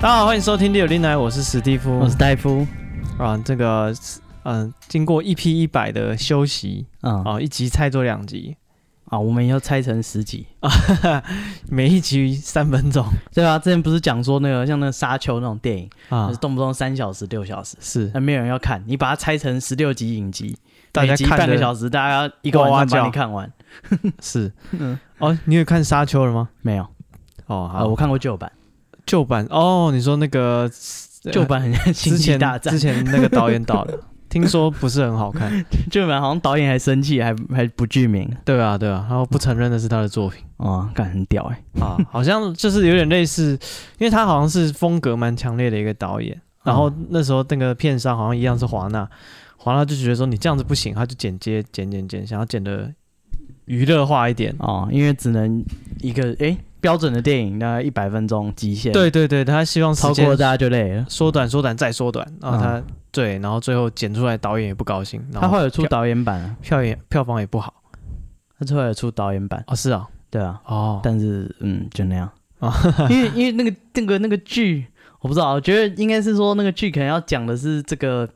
大家好，欢迎收听《第九电台》，我是史蒂夫我。是戴夫，啊，这个嗯、经过一批一百的休息，嗯啊，一集拆做两集，啊啊，我们以后拆成十集， 每一集三分钟对啊，之前不是讲说那个像那个沙丘那种电影，啊就是，动不动三小时、六小时，是那没有人要看，你把它拆成十六集影集，大家每集看半个得小时，大家一个哇哇晚上把叫你看完，是，哦，你有看《沙丘》了吗？没有哦，嗯啊，好，我看过旧版，旧版哦，你说那个旧版很像啊《星之际前大战之》，前那个导演导的，听说不是很好 看，旧版好像导演还生气，还还不具名，对啊，对啊，然后不承认那是他的作品。哦，感很屌哎，啊，好像就是有点类似，因为他好像是风格蛮强烈的一个导演。然后那时候那个片商好像一样是华纳，华纳就觉得说你这样子不行，他就剪接剪剪剪，想要剪的娱乐化一点。哦，因为只能一个哎标准的电影大概一百分钟极限，，对对对，他希望时超过间大家就累了。缩短缩短再缩短，然后他、对，然后最后剪出来导演也不高兴，然他后后来有出票导演版啊，票也票房也不好他后来有出导演版，哦，是啊，对啊，哦，但是嗯，就那样啊啊，因为因为那个那个那个剧，我不知道，我觉得应该是说那个剧可能要讲的是这个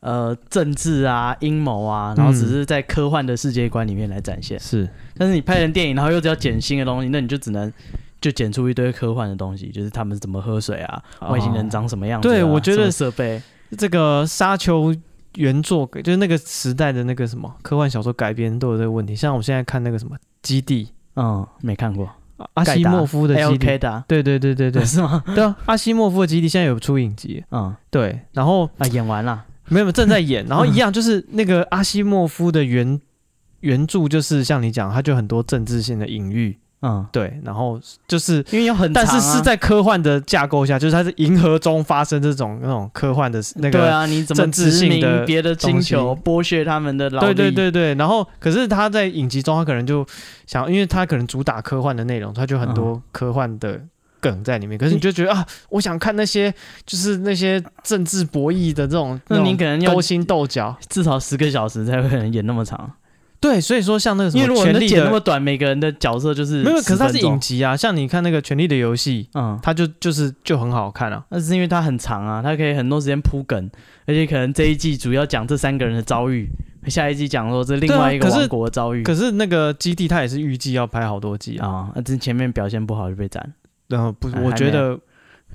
呃政治啊、阴谋啊，然后只是在科幻的世界观里面来展现。是但是你拍成电影，然后又只要剪新的东西，那你就只能就剪出一堆科幻的东西，就是他们怎么喝水啊，哦外星人长什么样子、啊，对我觉得什么设备这个《沙丘》原作就是那个时代的那个什么科幻小说改编都有这个问题，像我现在看那个什么《基地》嗯没看过，啊，阿西莫夫的《基 L 地》 K 的啊、对对对对 对是吗？对啊，阿西莫夫的《基地》现在有出影集，嗯对，然后啊，演完了，没有没有正在 演，然后一样就是那个阿西莫夫的原原著就是像你讲，它就很多政治性的隐喻，嗯，对，然后就是。因为有很、但长是啊是在科幻的架构下，就是它是银河中发生这种那种科幻的那个对啊，你怎么政治殖性民的别的星东西球，剥削他们的劳力？对对对对，然后可是他在影集中，他可能就想，因为他可能主打科幻的内容，他就很多嗯科幻的梗在里面。可是你就觉得啊，我想看那些就是那些政治博弈的这种，那你种可能要勾心斗角。至少十个小时才会可能演那么长，对，所以说像那个什因为如么果权能力剪那么的，短，每个人的角色就是没有，可是它是10分钟影，集啊，像你看那个《权力的游戏》，嗯，它就就是就很好看啊。那是因为它很长啊，它可以很多时间铺梗，而且可能这一季主要讲这三个人的遭遇，下一季讲说这另对啊外一个可是王国的遭遇。可是那个基地，它也是预计要拍好多季啊。啊，那这前面表现不好就被斩然后不，还我觉还没得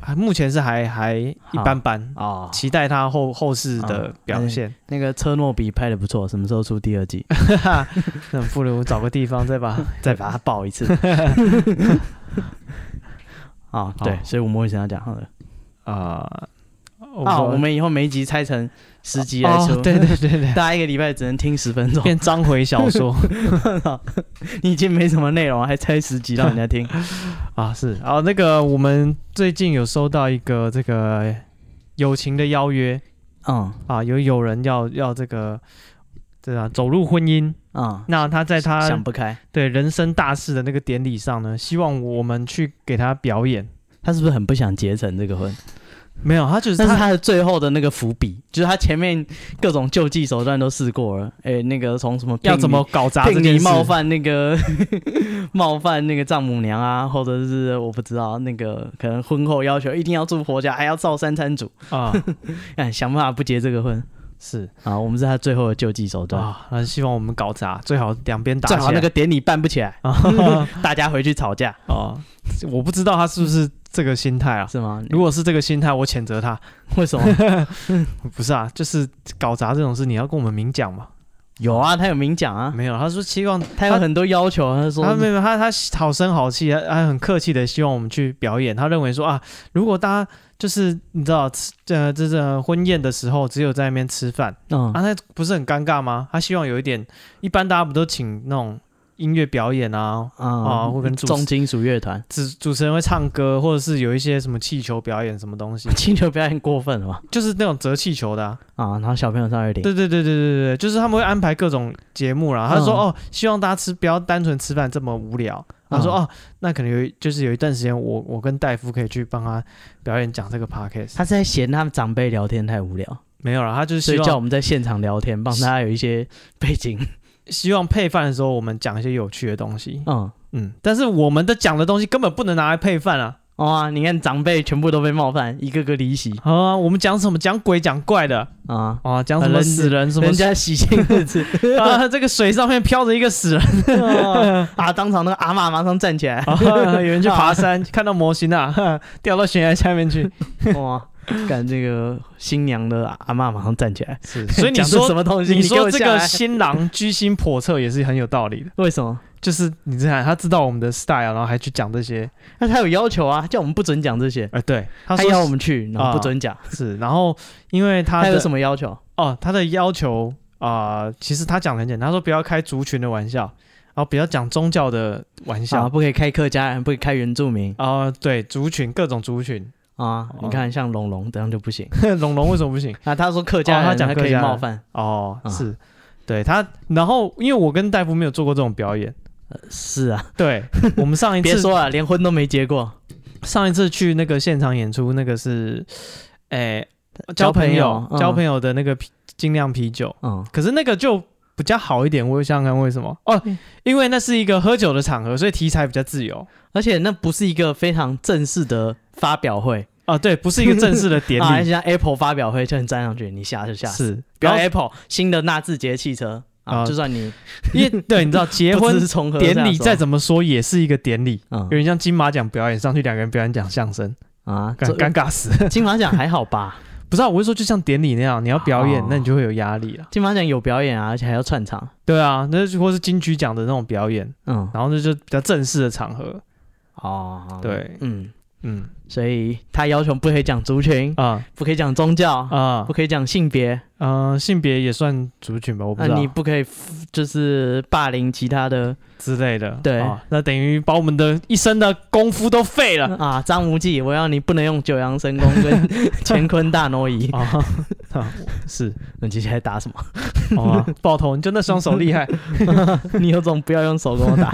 还目前是还还一好般般，啊。期待它后后世的嗯表哎现。那个车诺比拍的不错，什么时候出第二 季？那不如找个地方再把再把它爆 一次。啊，对，所以我们会想要讲好了。啊、啊，说我们以后每一集拆成十集来说，哦，对，对对对， 大家一个礼拜只能听十分钟， 变章回小说你已经没什么内容了，还拆十集让人家听 啊，是啊，那个我们最近有收到一个这个友情的邀约 嗯。啊，有有人要要这个。对啊，走入婚姻。啊、那他在想他不开，对人生大事的那个典礼上呢，希望我们去给他表演。他是不是很不想结成这个婚？没有，他就是但是他他的最后的那个伏笔，就是他前面各种救济手段都试过了，哎、那个从什么聘要怎么搞砸这聘件你事？冒犯那个 冒犯那个丈母娘啊，或者是我不知道那个可能婚后要求一定要住婆家，还要照三餐煮， 啊，哎，想办法不结这个婚是啊，我们是他最后的救济手段。啊，他希望我们搞砸，最好两边打起最来。好那个典礼办不起来，啊 大家回去吵架哦，我不知道他是不是这个心态啊。是吗？如果是这个心态，我谴责他。为什么？不是啊，就是搞砸这种事，你要跟我们明讲嘛。有啊，他有明讲啊，没有，他说希望他有很多要求，他说他没有他他好声好气，还还很客气的希望我们去表演。他认为说啊，如果大家就是你知道，吃呃，这这婚宴的时候只有在那边吃饭嗯啊，那不是很尴尬吗？他希望有一点，一般大家不都请那种音乐表演啊，啊啊或跟主持重金属乐团， 主主持人会唱歌，或者是有一些什么气球表演什么东西，气球表演过分了吧？就是那种折气球的、啊。啊，然后小朋友上来领，对对对对对对，就是他们会安排各种节目啦。他说、嗯哦，希望大家吃不要单纯吃饭这么无聊。他说、嗯哦，那可能有一就是有一段时间我，我跟戴夫可以去帮他表演讲这个 podcast。他是在嫌他们长辈聊天太无聊，没有了，他就是所希以叫我望们在现场聊天，帮大家有一些背景。 希望配饭的时候我们讲一些有趣的东西。嗯，嗯，但是我们的讲的东西根本不能拿来配饭啊。哦啊，你看长辈全部都被冒犯，一个个离席好啊，我们讲什么？讲鬼，讲怪的啊，啊，讲什啊么人死人什么人家喜庆日 子 啊？这个水上面飘着一个死人，啊啊，当场那个阿嬷马上站 起来，啊有人去爬山，看到魔形啊， 哈掉到悬崖下面去。 哇，干这个新娘的阿嬷马上站起来，是，所以你讲这说什么东西？你你给说我这下个来新郎 居心叵测也是很有道理的，为什么？就是你知道他知道我们的 style，然后还去讲这些，那他有要求啊，叫我们不准讲这些，呃，对，他他说要我们去，然后不准讲，是，然后因为他他有什么么要求？哦，他的要求啊、呃其实他讲的很简单，他说不要开族群的玩笑，然后不要讲宗教的玩笑啊，，不可以开客家人，不可以开原住民啊、对，族群各种族群， 啊！你看像龙龙这样就不行龙龙为什么不行？啊。他说客家哦他人讲他可客以家人冒犯，哦，啊是，对他，然后因为我跟戴夫没有做过这种表演，是啊，对我们上一别次说啊了，连婚都没结过，上一次去那个现场演出，那个是，哎、交交朋朋友嗯交朋友的那个啤精酿啤酒，嗯，可是那个就比较好一点，我想想看为什么哦嗯，因为那是一个喝酒的场合，所以题材比较自由而且那不是一个非常正式的发表会，啊，对，不是一个正式的典 啊，而礼，且像 Apple 发表会，就很站上去，你下就下，是，不要然后 Apple 新的纳智捷汽车啊，啊就算你因为对，你知道结 不知婚是从何典礼下手再怎么说也是一个典礼，有嗯点像金马奖表演上去两个人表演讲相声， 啊，尴这尴尬死。金马奖还好吧？不是啊，我是说就像典礼那样，你要表演哦，那你就会有压力了。金马奖有表演啊，而且还要串场，对啊，那就或是金曲奖的那种表演，嗯，然后那就比较正式的场合。哦，，对，嗯，嗯所以他要求不可以讲族群，啊不可以讲宗教，啊嗯不可以讲性别，嗯，性别也算族群吧，我不那知道啊你不可以就是霸凌其他的之类的。对啊那等于把我们的一生的功夫都废 了。啊，张无忌，我要你不能用九阳神功 跟乾坤大挪移。嗯啊， 啊是那接下来打什么？ 哦啊，爆头，你就那双手厉害。你有种不要用手跟我打。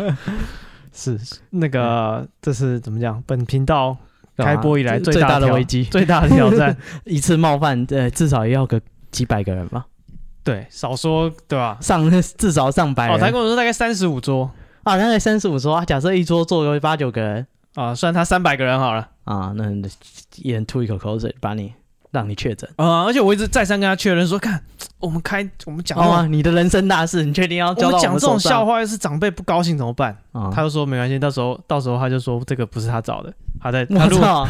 是那嗯个，这是怎么讲？本频道 开播以来啊最最大的挑危机， 最大的挑 战，一次冒犯，呃，至少也要个几百个人吧，对，少说对吧？上 至少上百哦，人。他跟我说大概三十五桌啊，那才三十五桌，假设一桌坐个八九个人啊，算他三百个人好了。啊，那你一人吐一口口水，把你让你确诊。啊、而且我一直再三跟他确认说，看我们开我们讲这好种、啊，你的人生大事，你确定要我啊交到们讲这种手上笑话，要是长辈不高兴怎么办？啊？他就说没关系，到时候到时候他就说这个不是他找的，他在他 我如果 操，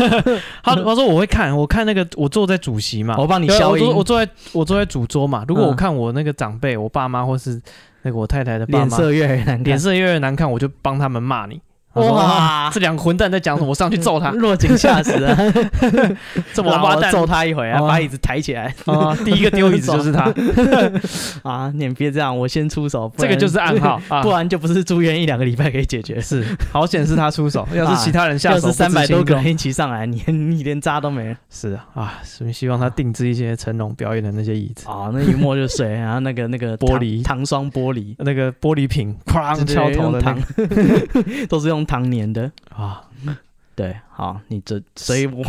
他他说我会看，我看那个我坐在主席嘛，我帮你对消我坐音我坐在我坐在主桌嘛，如果嗯我看我那个长辈，我爸妈或是那个我太太的爸脸妈色越来越难看。脸色越来越难看，我就帮他们骂你。我说哇，！这两个混蛋在讲什么？我上去揍他 落井下石啊！ 这么王八王八蛋蛋嗯揍他一回啊，哦把椅子抬起来啊！第一个丢椅子就是 他，啊！你别这样，我先出手，不这然个就是暗，号啊 不！然就不是住院一两个礼拜可以解决。 是，好险是他出手，要是其他人下啊要手，是三百多个个，人一起上来，你 你连渣都没了是啊，啊，所以希望他定制一些成龙表演的那些椅子，啊！那一摸就碎， 然后那个那个玻璃糖糖霜玻璃，那个玻璃瓶哐对敲头的用那糖个， 都是用糖粘的。啊，对，好，你这所以我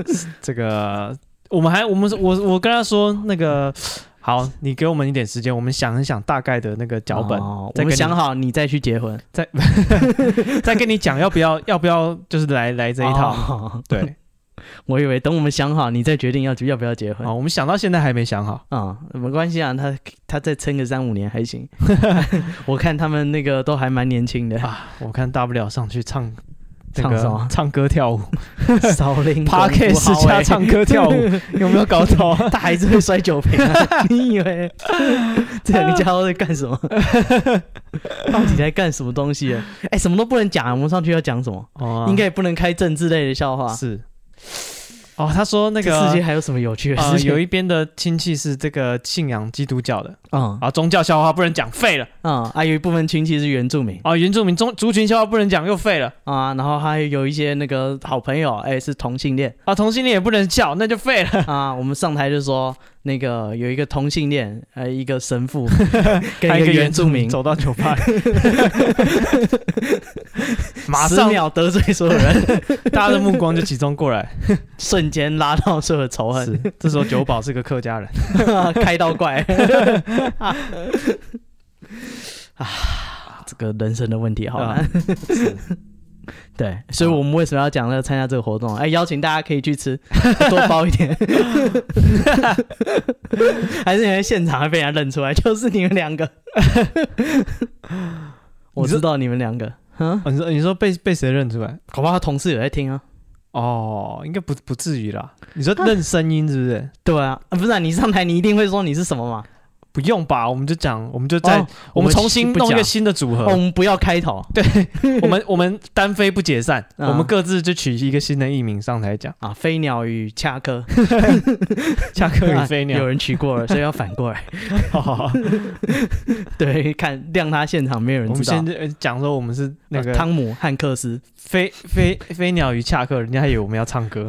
这个我们还我们我我跟他说那个好，你给我们一点时间，我们想一想大概的那个脚本，哦再跟我们你想好你再去结婚 再跟你讲要不要要不要就是来来这一套，哦对， 我以为等我们想好，你再决定要要不要结婚 啊，我们想到现在还没想好，啊、没关系啊，他他再撑个三五年 还行。我看他们那个都还蛮年轻的，我看大不了上去唱。那唱什个么唱歌跳 舞少 林 p a r k e 世加唱歌跳 舞，有没有搞头啊？他还是会摔酒瓶、啊，你以为这两个家伙在干什么？ 到底在干什么东西啊？哎、什么都不能讲、啊，我们上去要讲什么？哦应该也不能开政治类的笑话。是。哦，他说那这个世界还有什么有趣的呃事，情？有一边的亲戚是这个信仰基督教的嗯啊，宗教笑话不能讲，废了嗯啊，有一部分亲戚是原住民啊，原住民宗族群笑话不能讲，又废了啊，然后还有一些那个好朋友，哎、是同性恋。啊，同性恋也不能笑，那就废了。啊，我们上台就说那个有一个同性恋，呃，一个 神父还跟有一一个个原原住民，走到酒吧， 马 十上秒得罪所有人，大家的目光就集中过来。 瞬间拉到所有的仇是恨，，这时候九保是个客家人， 开刀怪。啊，啊这个人生的问题好难。是 对，所以我们为什么要讲那个参加这个活动？哎，邀请大家可以去吃， 多包一点， 还是你在现场还被人家认出来，就是你们两个。 我知道你们两个，嗯， 哦你说你说被被谁认出来？搞不好他同事有在听啊。哦，应该不不至于啦。你说认声音是不是？对啊，啊不是、啊、你上台你一定会说你是什么嘛？不用吧，我们就讲，我们就在、哦我们重不新弄一讲个新的组合。哦我们不要开头对，我们 我们单飞不解散，嗯我们各自就取一个新的艺名上台 讲。啊，飞鸟与 恰克，恰克与飞啊有鸟，人取过了，所以要反 过来。好对，看让他现场没有人我们知道先。呃讲说我们是那个汤姆汉克斯，飞飞飞鸟与恰克，人家还以为我们要唱 歌，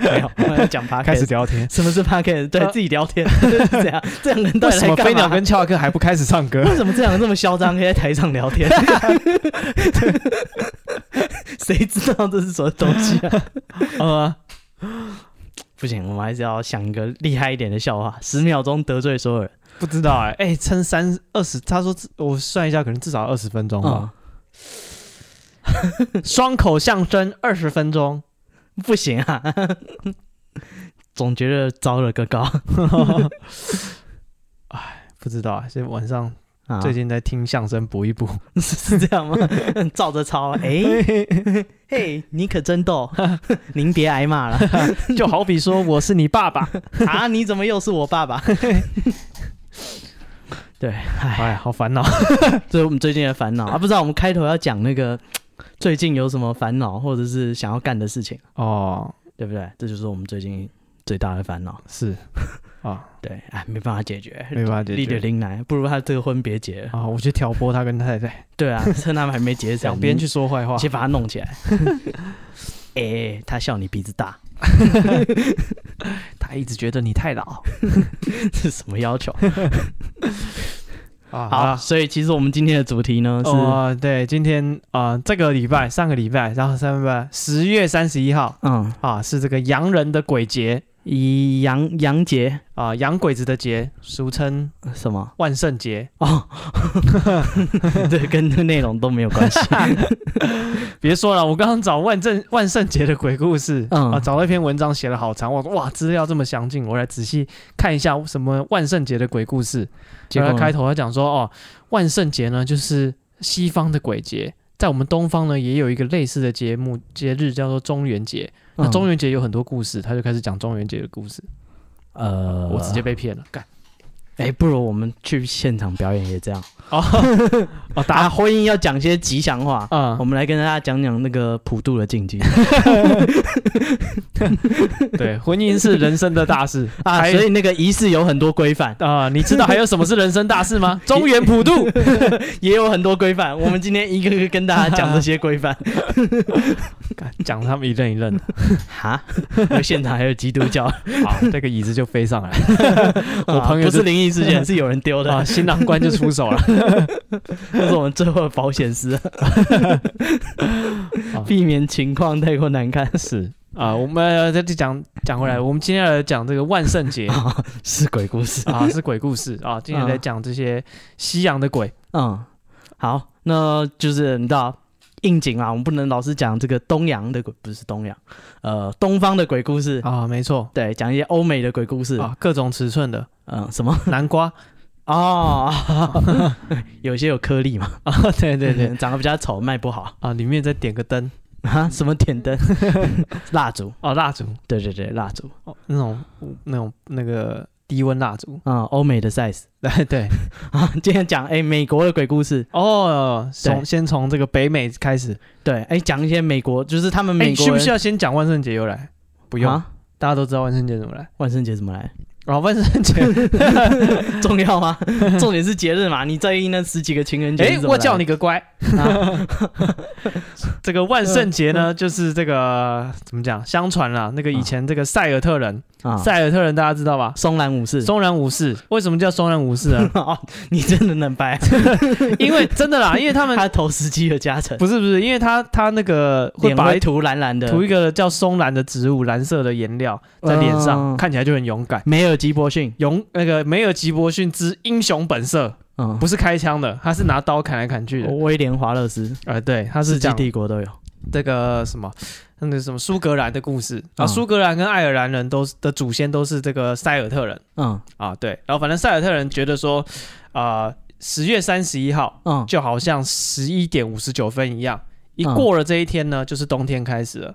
没有，我们要讲 p 开始聊天。什么是 p o d c a s 对呃自己聊天， 就是这样，这两个人到为底什来么干飞鸟嘛？跟恰克还不开始唱 歌？为什么这两个这么嚣张，可以在台上聊天？ 谁知道这是什么东西 啊？呃，不行，我们还是要想一个厉害一点的笑话，十秒钟得罪所有人。不知道哎、哎，撑三二十，他说我算一下，可能至少二十分钟吧。双口相声二十分钟， 嗯不行啊， 总觉得招了个高不知道啊。现在晚上啊，最近在听相声补一补， 是这样吗？照着 抄，哎、嘿，你可真逗， 您别挨骂了 就好比说我是你爸爸，啊！你怎么又是我爸爸？ 对，哎， 哎，好烦恼。这是我们最近的烦恼啊！不知道我们开头要讲那个最近有什么烦恼，或者是想要干的事情，哦，对不对？这就是我们最近最大的烦恼。是啊，对，哎，没办法解决，没办法解立得决林来，不如他这个婚别结了。啊，我去挑拨他跟太太，对啊，趁他们还没结成，两边去说坏话。先把他弄起来。 哎、他笑你鼻子大，他一直觉得你太老这是什么要 求？啊。好好，啦所以其实我们今天的主题呢是，哦，对，今天啊、呃这个礼拜、上个礼拜，然后三拜十月三十一号嗯，啊，是这个洋人的鬼节以杨杨杰啊，洋鬼子的节，俗称呃什么？万圣节。 哦，对，跟那内容都没有关系。别说了，我刚刚找万圣万圣节的鬼故事，嗯啊，找到一篇文章写了好长，我说哇，资料这么详尽，我来仔细看一下什么万圣节的鬼故事。结果他呢开头他讲说，哦，万圣节呢就是西方的鬼节，在我们东方呢也有一个类似的节目节日叫做中元节。 那嗯中元节有很多故事，他就开始讲中元节的故事，呃，我直接被骗了， 干哎、不如我们去现场表演也这样。哦哦打打婚姻要讲些吉祥话，啊我，们来跟大家讲讲那个普渡的 禁忌对，婚姻是人生的大事啊，还所以那个仪式有很多规 范，啊、你知道还有什么是人生大事 吗？中原普渡，也有很多规范。我们今天一个个跟大家讲这些规 范。干讲他们一愣一愣的，哈， 我现场还有基督教，好，那个椅子就飞上 来，我啊朋友不就是灵异事 件，是有人丢啊，的，新郎官就出手了，这是我们最后的保险丝，啊避免情况太过难看。 是啊，我们呃再讲讲回来，我们今天来讲这个万圣 节啊，是鬼故事。啊，是鬼故事啊，今天来讲这些西洋的鬼，嗯，好，那就是你知道应景啊，我们不能老是讲这个东洋的鬼，不是东洋，呃，东方的鬼故事，啊，没错对，讲一些欧美的鬼故事，嗯、啊，各种尺寸 的什么？南瓜哦， 有些有颗粒嘛，啊， 对对对，长得比较丑，卖不好啊，里面再点个灯啊，什么 点灯、蜡烛，哦，蜡烛对对对，蜡烛，哦，那种那种那个低温蜡烛，嗯，欧美的 size 对 对啊， 今天讲哎、美国的鬼故事，哦，从对先从这个北美开始，对，哎、讲一些美国，就是他们哎，美国需人、不需要先讲万圣节由来？不用，啊？大家都知道万圣节怎么来。万圣节怎么来？然 后万圣节，重 要吗？重点是节日嘛，你在意那十几个情人节？哎，我叫你个乖，啊这个万圣节呢，就是这个怎么讲？相传啦，那个以前这个塞尔特人，啊， 塞尔特人大家知道吧？松兰武士。松然武士为什么叫松然武士啊？ 哦，你真的能 掰，因为真的啦，因为他们他头十七个加成，不是不是，因为他他那个会脸把会一涂蓝蓝的，涂一个叫松兰的植物，蓝色的颜料在脸上，嗯看起来就很勇敢。梅尔吉伯逊，勇那个梅尔吉伯逊之英雄本色，嗯，不是开枪的，他是拿刀砍来砍去的。哦威廉华勒斯，呃，对，他是世纪讲帝国都有，这个什么，那个什么苏格兰的故事啊，嗯苏格兰跟爱尔兰人都是的祖先都是这个塞尔特人嗯啊，对，然后反正塞尔特人觉得说，啊，十月三十一号嗯就好像十一点五十九分一样，一嗯过了这一天呢，就是冬天开始 了。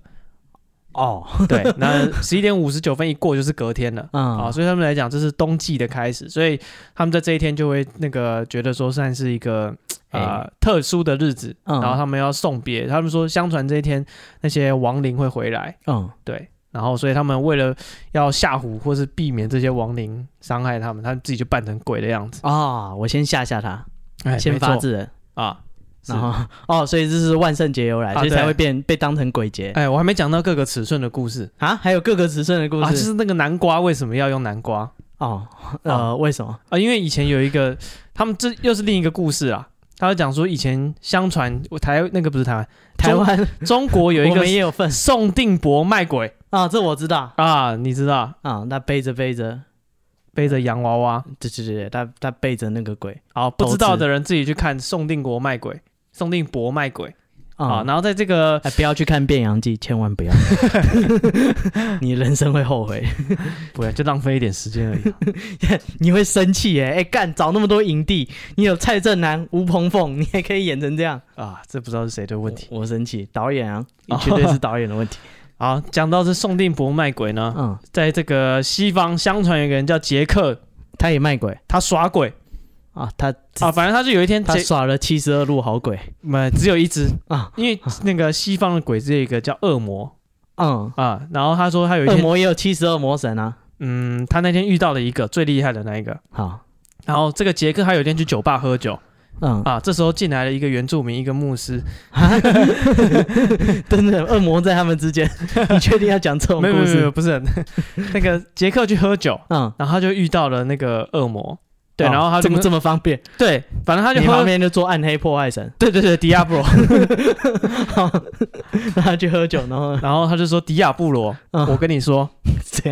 哦对，那十一点五十九分一过就是隔天了。嗯啊，所以他们来讲，这是冬季的开始，所以他们在这一天就会那个觉得说算是一个哎呃、特殊的日子，嗯然后他们要送别，他们说相传这一天那些亡灵会回来，嗯对，然后所以他们为了要吓唬或是避免这些亡灵伤害他们，他们自己就扮成鬼的样子，啊，我先吓吓他，哎先没发错制人，啊，是然后哦，所以这是万圣节由来，啊所以才对会变被当成鬼节哎，我还没讲到各个尺寸的故事啊。还有各个尺寸的故啊，就事是那个南瓜为什么要用南瓜哦，呃，为什么？啊？因为以前有一个，他们这又是另一个故事啊。他就讲说，以前相传我台那个不是台湾，台湾中国有一 我个们也有份宋定伯卖鬼啊，这我知道啊，你知道，啊。那背着背着，背着洋娃娃。对对对，他他背着那个鬼好，不投知道资的人自己去看宋定国卖鬼。宋定伯卖鬼啊，啊，然后在这个哎，不要去看《变阳记》，千万 不要，你人生会后悔，不要就浪费一点时间而已。你会生气耶！哎，干找那么多影帝，你有蔡正南、吴鹏凤，你还可以演成这样， 啊，这不知道是谁的问题。我我生气，导 演啊，你哦绝对是导演的问题。好，讲到这宋定伯卖鬼呢，嗯，在这个西方相传有一个人叫杰克，他也卖鬼他耍鬼啊，他啊，反正他就有一天他杰，耍了七十二路好鬼呃，只有一只，啊，因为那个西方的鬼只有一个叫恶魔嗯，啊，然后他说他有一恶天，魔也有七十二魔神啊。嗯，他那天遇到了一个最厉害的那一个，好，然后这个杰克他有一天去酒吧喝酒嗯，啊，这时候进来了一个原住民，一个牧师， 等等，啊恶魔在他们之间，你确定要讲这种没有没故有没事有？不是 那个杰克去喝酒，嗯，然后他就遇到了那个恶魔，对，然后他这就哦么这么方便，对，反正他就你旁喝，边就做暗黑破 坏神，对对对，迪亚 布罗，让他去喝酒，然后 然后他就说迪亚布罗，嗯我跟你说，怎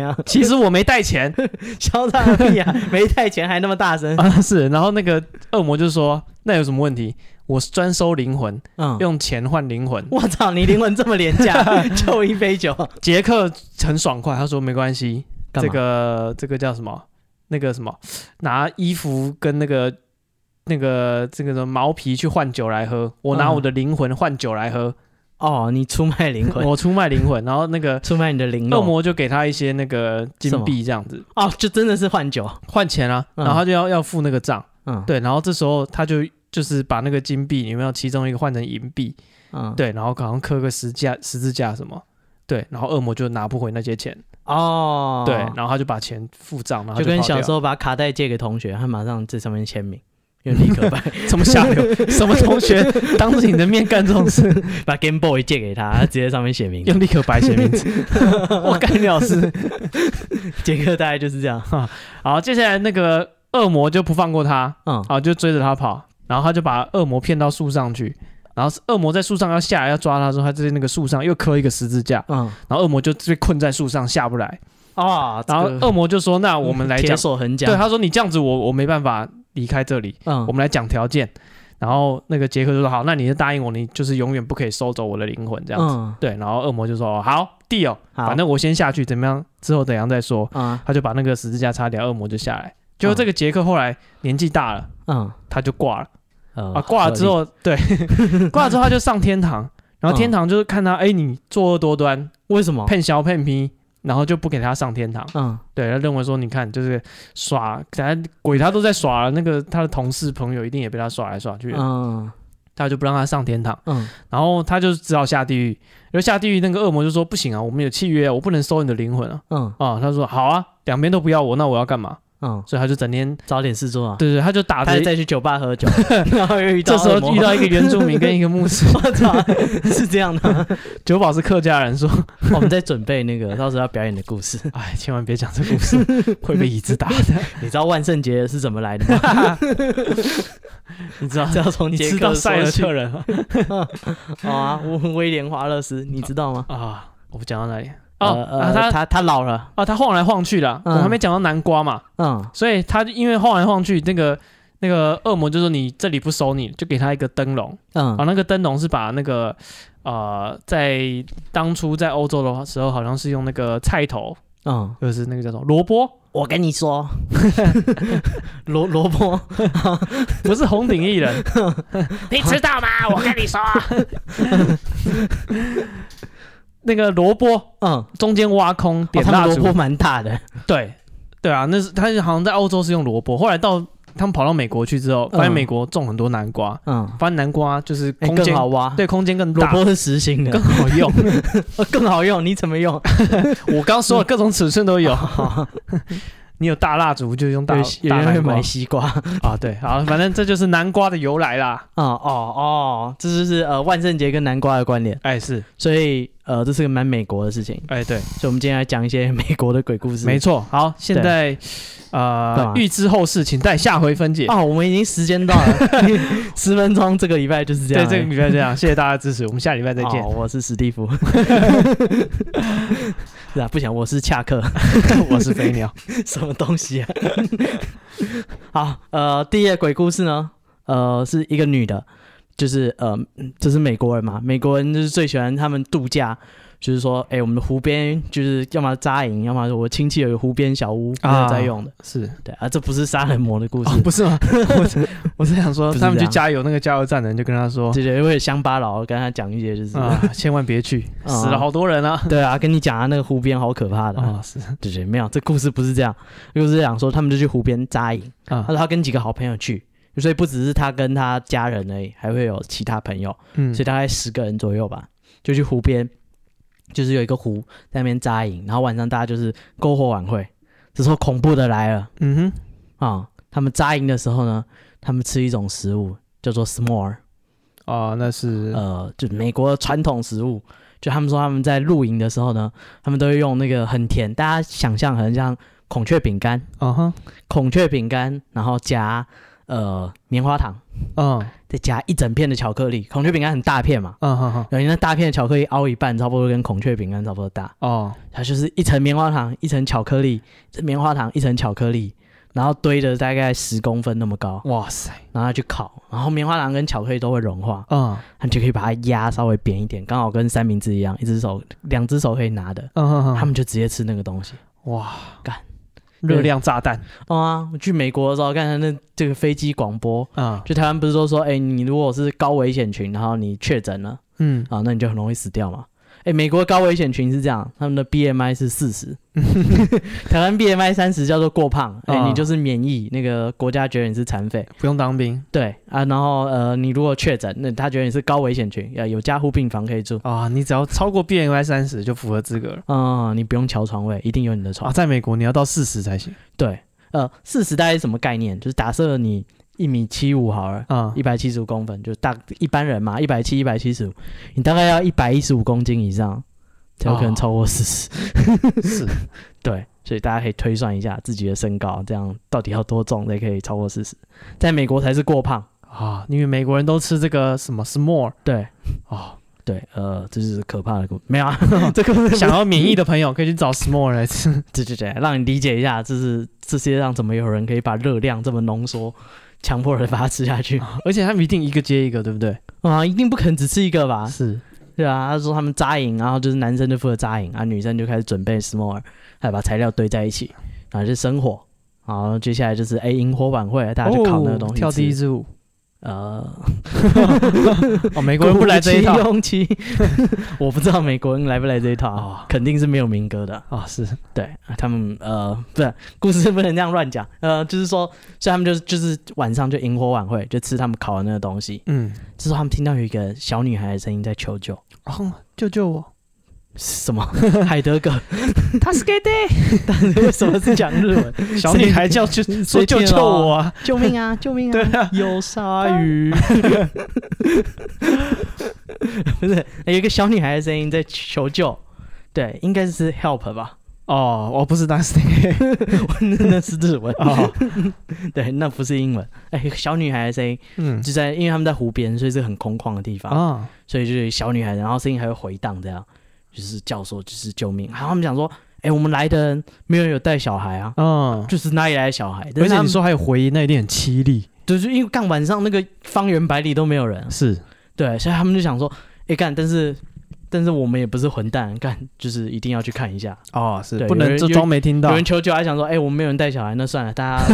样？其实我没带钱 嚣张个屁啊！没带钱还那么大声，啊，是，然后那个恶魔就说那有什么问题？我是专收灵魂，嗯，用钱换灵魂。我操，你灵魂这么廉 价，就一杯酒，杰克很爽快，他说没关系，干这嘛个这个叫什么？那个什么，拿衣服跟那个那个这个什么毛皮去换酒来喝，我拿嗯我的灵魂换酒来喝，哦，你出卖灵魂，我出卖灵 魂，然后那个出卖你的灵恶肉，魔就给他一些那个什金么币这样子哦，就真的是换酒，换钱啊，嗯然后他就要要付那个账，嗯，对，然后这时候他就。就是把那个金币有没有其中一个换成银币，嗯，，对，然后好像刻个十字架、十字架什么，对，然后恶魔就拿不回那些钱，哦，对，然后他就把钱付账，然后就跟跑掉小时候把卡带借给同学，他马上这上面签名，用立 可白，什么下 流，什么同学当着你的面干这种事，把 Game Boy 借给他，他直接上面写 名，用立可白写名 字，我干你老师。杰克大概就是这样，好，接下来那个恶魔就不放过他，嗯，啊，就追着他跑，然后他就把恶魔骗到树上去。然后恶魔在树上要下来要抓他的时候，他在那个树上又磕一个十字架，嗯，然后恶魔就被困在树上下不来。哦，然后这个嗯恶魔就说：“那我们来铁讲，手横对讲，他说你这样子我我没办法离开这里，啊嗯我们来讲条件。”然后那个杰克就说：“好，那你就答应我，你就是永远不可以收走我的灵魂这样子。”嗯对，然后恶魔就说：“哦好，deal，好反正我先下去，怎么样？之后怎样再说。啊”他就把那个十字架插掉，恶魔就下来。结果这个杰克后来年纪大了，嗯他就挂了呃啊，挂了之后，对， 挂了之后他就上天堂，然后天堂就是看他，哎，你作恶多端，为什么？骗小骗批，然后就不给他上天堂。嗯对，他认为说，你看，就是耍，咱鬼他都在耍了，那个他的同事朋友一定也被他耍来耍去的，嗯他就不让他上天堂。嗯然后他就只好下地狱。然后下地狱，那个恶魔就说：“不行啊，我们有契约啊，我不能收你的灵魂啊！”嗯啊，他说：“好啊，两边都不要我，那我要干嘛嗯？”，所以他就整天，找点事做啊。对对，他就打他着就。再去酒 吧喝酒，然后又遇到这时恶候魔遇，到一个原住民跟一个牧师， 我操，是这样的 啊。哦九保是客家人，说我们在准备那个到时候要表演的故事。：“哎，千万别讲这故 事，会被椅子打的。你知道万圣节是怎么来的吗？ 你知道这要从你杰知克道塞尔说起特人吗？好 啊，威威廉华勒斯，你知道吗？啊，我讲到哪里？哦，啊呃呃，他他他老了，啊他晃来晃去的啊，我嗯还没讲到南瓜嘛，嗯所以他因为晃来晃去，那个那个恶魔就说你这里不收你，就给他一个灯笼。嗯啊，那个灯笼是把那个呃，在当初在欧洲的时候，好像是用那个菜头，嗯，就是那个叫什么萝卜，我跟你 说，萝萝卜，不是红顶艺 人，你知道吗？我跟你说， 那个萝卜嗯，哦中间挖空点他蜡们萝烛，卜蛮大的，对对啊，那是他好像在欧洲是用萝卜，后来到他们跑到美国去之后，发现嗯美国种很多南瓜，嗯，发现南瓜就是哎空更间、好挖，，对空间更萝大， 卜是实心的哦更，好用。更好用，你怎么用？我刚说嗯了各种尺寸都 有，你有大蜡烛就用大有有大人会南瓜买西瓜，啊，对，好，反正这就是南瓜的由来啦。啊哦哦，这就是呃万圣节跟南瓜的关联，哎是，所以呃这是个蛮美国的事情，哎对，所以我们今天来讲一些美国的鬼故事。没错。好，现在干呃嘛预知后事，请待下回分解。哦，我们已经时间到 了，十分钟，这个礼拜就是这对，样。这个礼拜这 样，谢谢大家支持，我们下礼拜再见哦。我是史蒂 夫，是啊，不想我是恰克， 我是飞鸟，什么东西啊？ 好，呃，第一个鬼故事呢，呃，是一个女的，就是呃，嗯这是美国人嘛，美国人就是最喜欢他们度假，就是说，哎、我们的湖边就是要么扎营，要么我亲戚有个湖边小屋啊没有在用的， 是对啊，这不是杀人魔的故事，哦，不 是吗？我是 我是想说，不是他们这去样加油那个加油站的人就跟他说对对，因为乡巴佬跟他讲一些就是，啊，千万别去，啊死了好多人啊。 对啊，跟你讲啊，那个湖边好可怕的，啊是对对，没有，这故事不是这样，故事是讲说他们就去湖边扎营，他啊，说他跟几个好朋友去，所以不只是他跟他家人而已，还会有其他朋友，嗯所以大概十个人左右吧，就去湖边，就是有一个湖在那边扎营，然后晚上大家就是篝火晚会，这时候恐怖的来了嗯啊、他们扎营的时候呢，他们吃一种食物叫做 s'more，哼，哦，那是呃，就美国的传统食物。就他们说他们在露营的时候呢，他们都会用那个很甜，大家想象很像孔雀饼干，啊哈，孔雀饼干，然后加呃棉花糖，嗯再加一整片的巧克力。孔雀饼干很大片嘛，嗯哈哈，然后那大片的巧克力凹一半，差不多跟孔雀饼干差不多大。哦，它就是一层棉花糖，一层巧克力，这棉花糖一层巧克力，然后堆的大概十公分那么高，哇塞，然后它去烤，然后棉花糖跟巧克力都会融化，嗯它就可以把它压稍微扁一点，刚好跟三明治一样，一只手两只手可以拿的。嗯哼哼，他们就直接吃那个东西。哇，干热量炸弹哦啊，我去美国的时候，看那这个飞机广播， 啊，就台湾不是都说，哎、你如果是高危险群，然后你确诊了嗯，啊，那你就很容易死掉嘛。哎、美国高危险群是这样，他们的 BMI 是 四十，台湾 BMI 三十叫做过胖，哎、啊你就是免疫，那个国家觉得你是残废，不用当兵对啊，然后呃，你如果确诊，那他觉得你是高危险群，呃，有加护病房可以住，啊，你只要超过 BMI 三十就符合资格了嗯，你不用瞧床位，一定有你的床啊，。在美国你要到四十才行对，呃，四十大概是什么概念？就是假设你一米七五好了，啊 一百七十五公分，就大一般人嘛，一百七、一百七十五，你大概要一百一十五公斤以上，才有可能超过四十、是对，所以大家可以推算一下自己的身高，这样到底要多重才可以超过四十？在美国才是过胖。啊，因为美国人都吃这个什么 small 对 啊，对，呃，这就是可怕的故没有啊，这个不是想要免疫的朋友可以去找 small 来吃 对对对，让你理解一下，这是这世界上怎么有人可以把热量这么浓缩，强迫人把它吃下去啊，而且他们一定一个接一个，对不对？啊？一定不肯只吃一个吧？是对啊，他说他们扎营，然后就是男生就负责扎营，啊，女生就开始准备 small，还把材料堆在一起，然后就生火，然后接下来就是哎萤火晚会，大家就烤那个东西吃、哦跳第一支舞呃，哦，美 国人不来这一套 鼓起勇气， 我不知道美国人来不来这一套，啊哦肯定是没有民歌的。啊，是对他们呃，不是故事不能这样乱讲，呃，就是说，所以他们就是就是晚上就萤火晚会，就吃他们烤的那个东西。嗯，这时候他们听到有一个小女孩的声音在求救，然后救救我，什么 海德格？他是 gay 的，为什么是讲日文？ 小女孩叫救说救救我啊，救命 啊！救命啊！对啊，有鲨鱼。 不是，有一个小女孩的声音在求救。对，应该是 help 吧？ 哦，我不是当时 gay 那是日文。哦， 对，那不是英文。哎、小女孩的声音嗯就在，因为他们在湖边，所以是很空旷的地方，啊，所以就是小女孩，然后声音还会回荡，这样就是叫说就是救命。然后他们讲说，哎、我们来的人没有人有带小孩啊，嗯，就是哪里来的小孩？但而且是他你们说还有回音，那一定很凄厉就是因为杠板上那个方圆百里都没有人，是对，所以他们就想说，哎干，但是但是我们也不是混蛋，干就是一定要去看一下。哦，是对不有能人就有装没听有到人，求救，还想说，哎、我们没有人带小孩，那算了，大家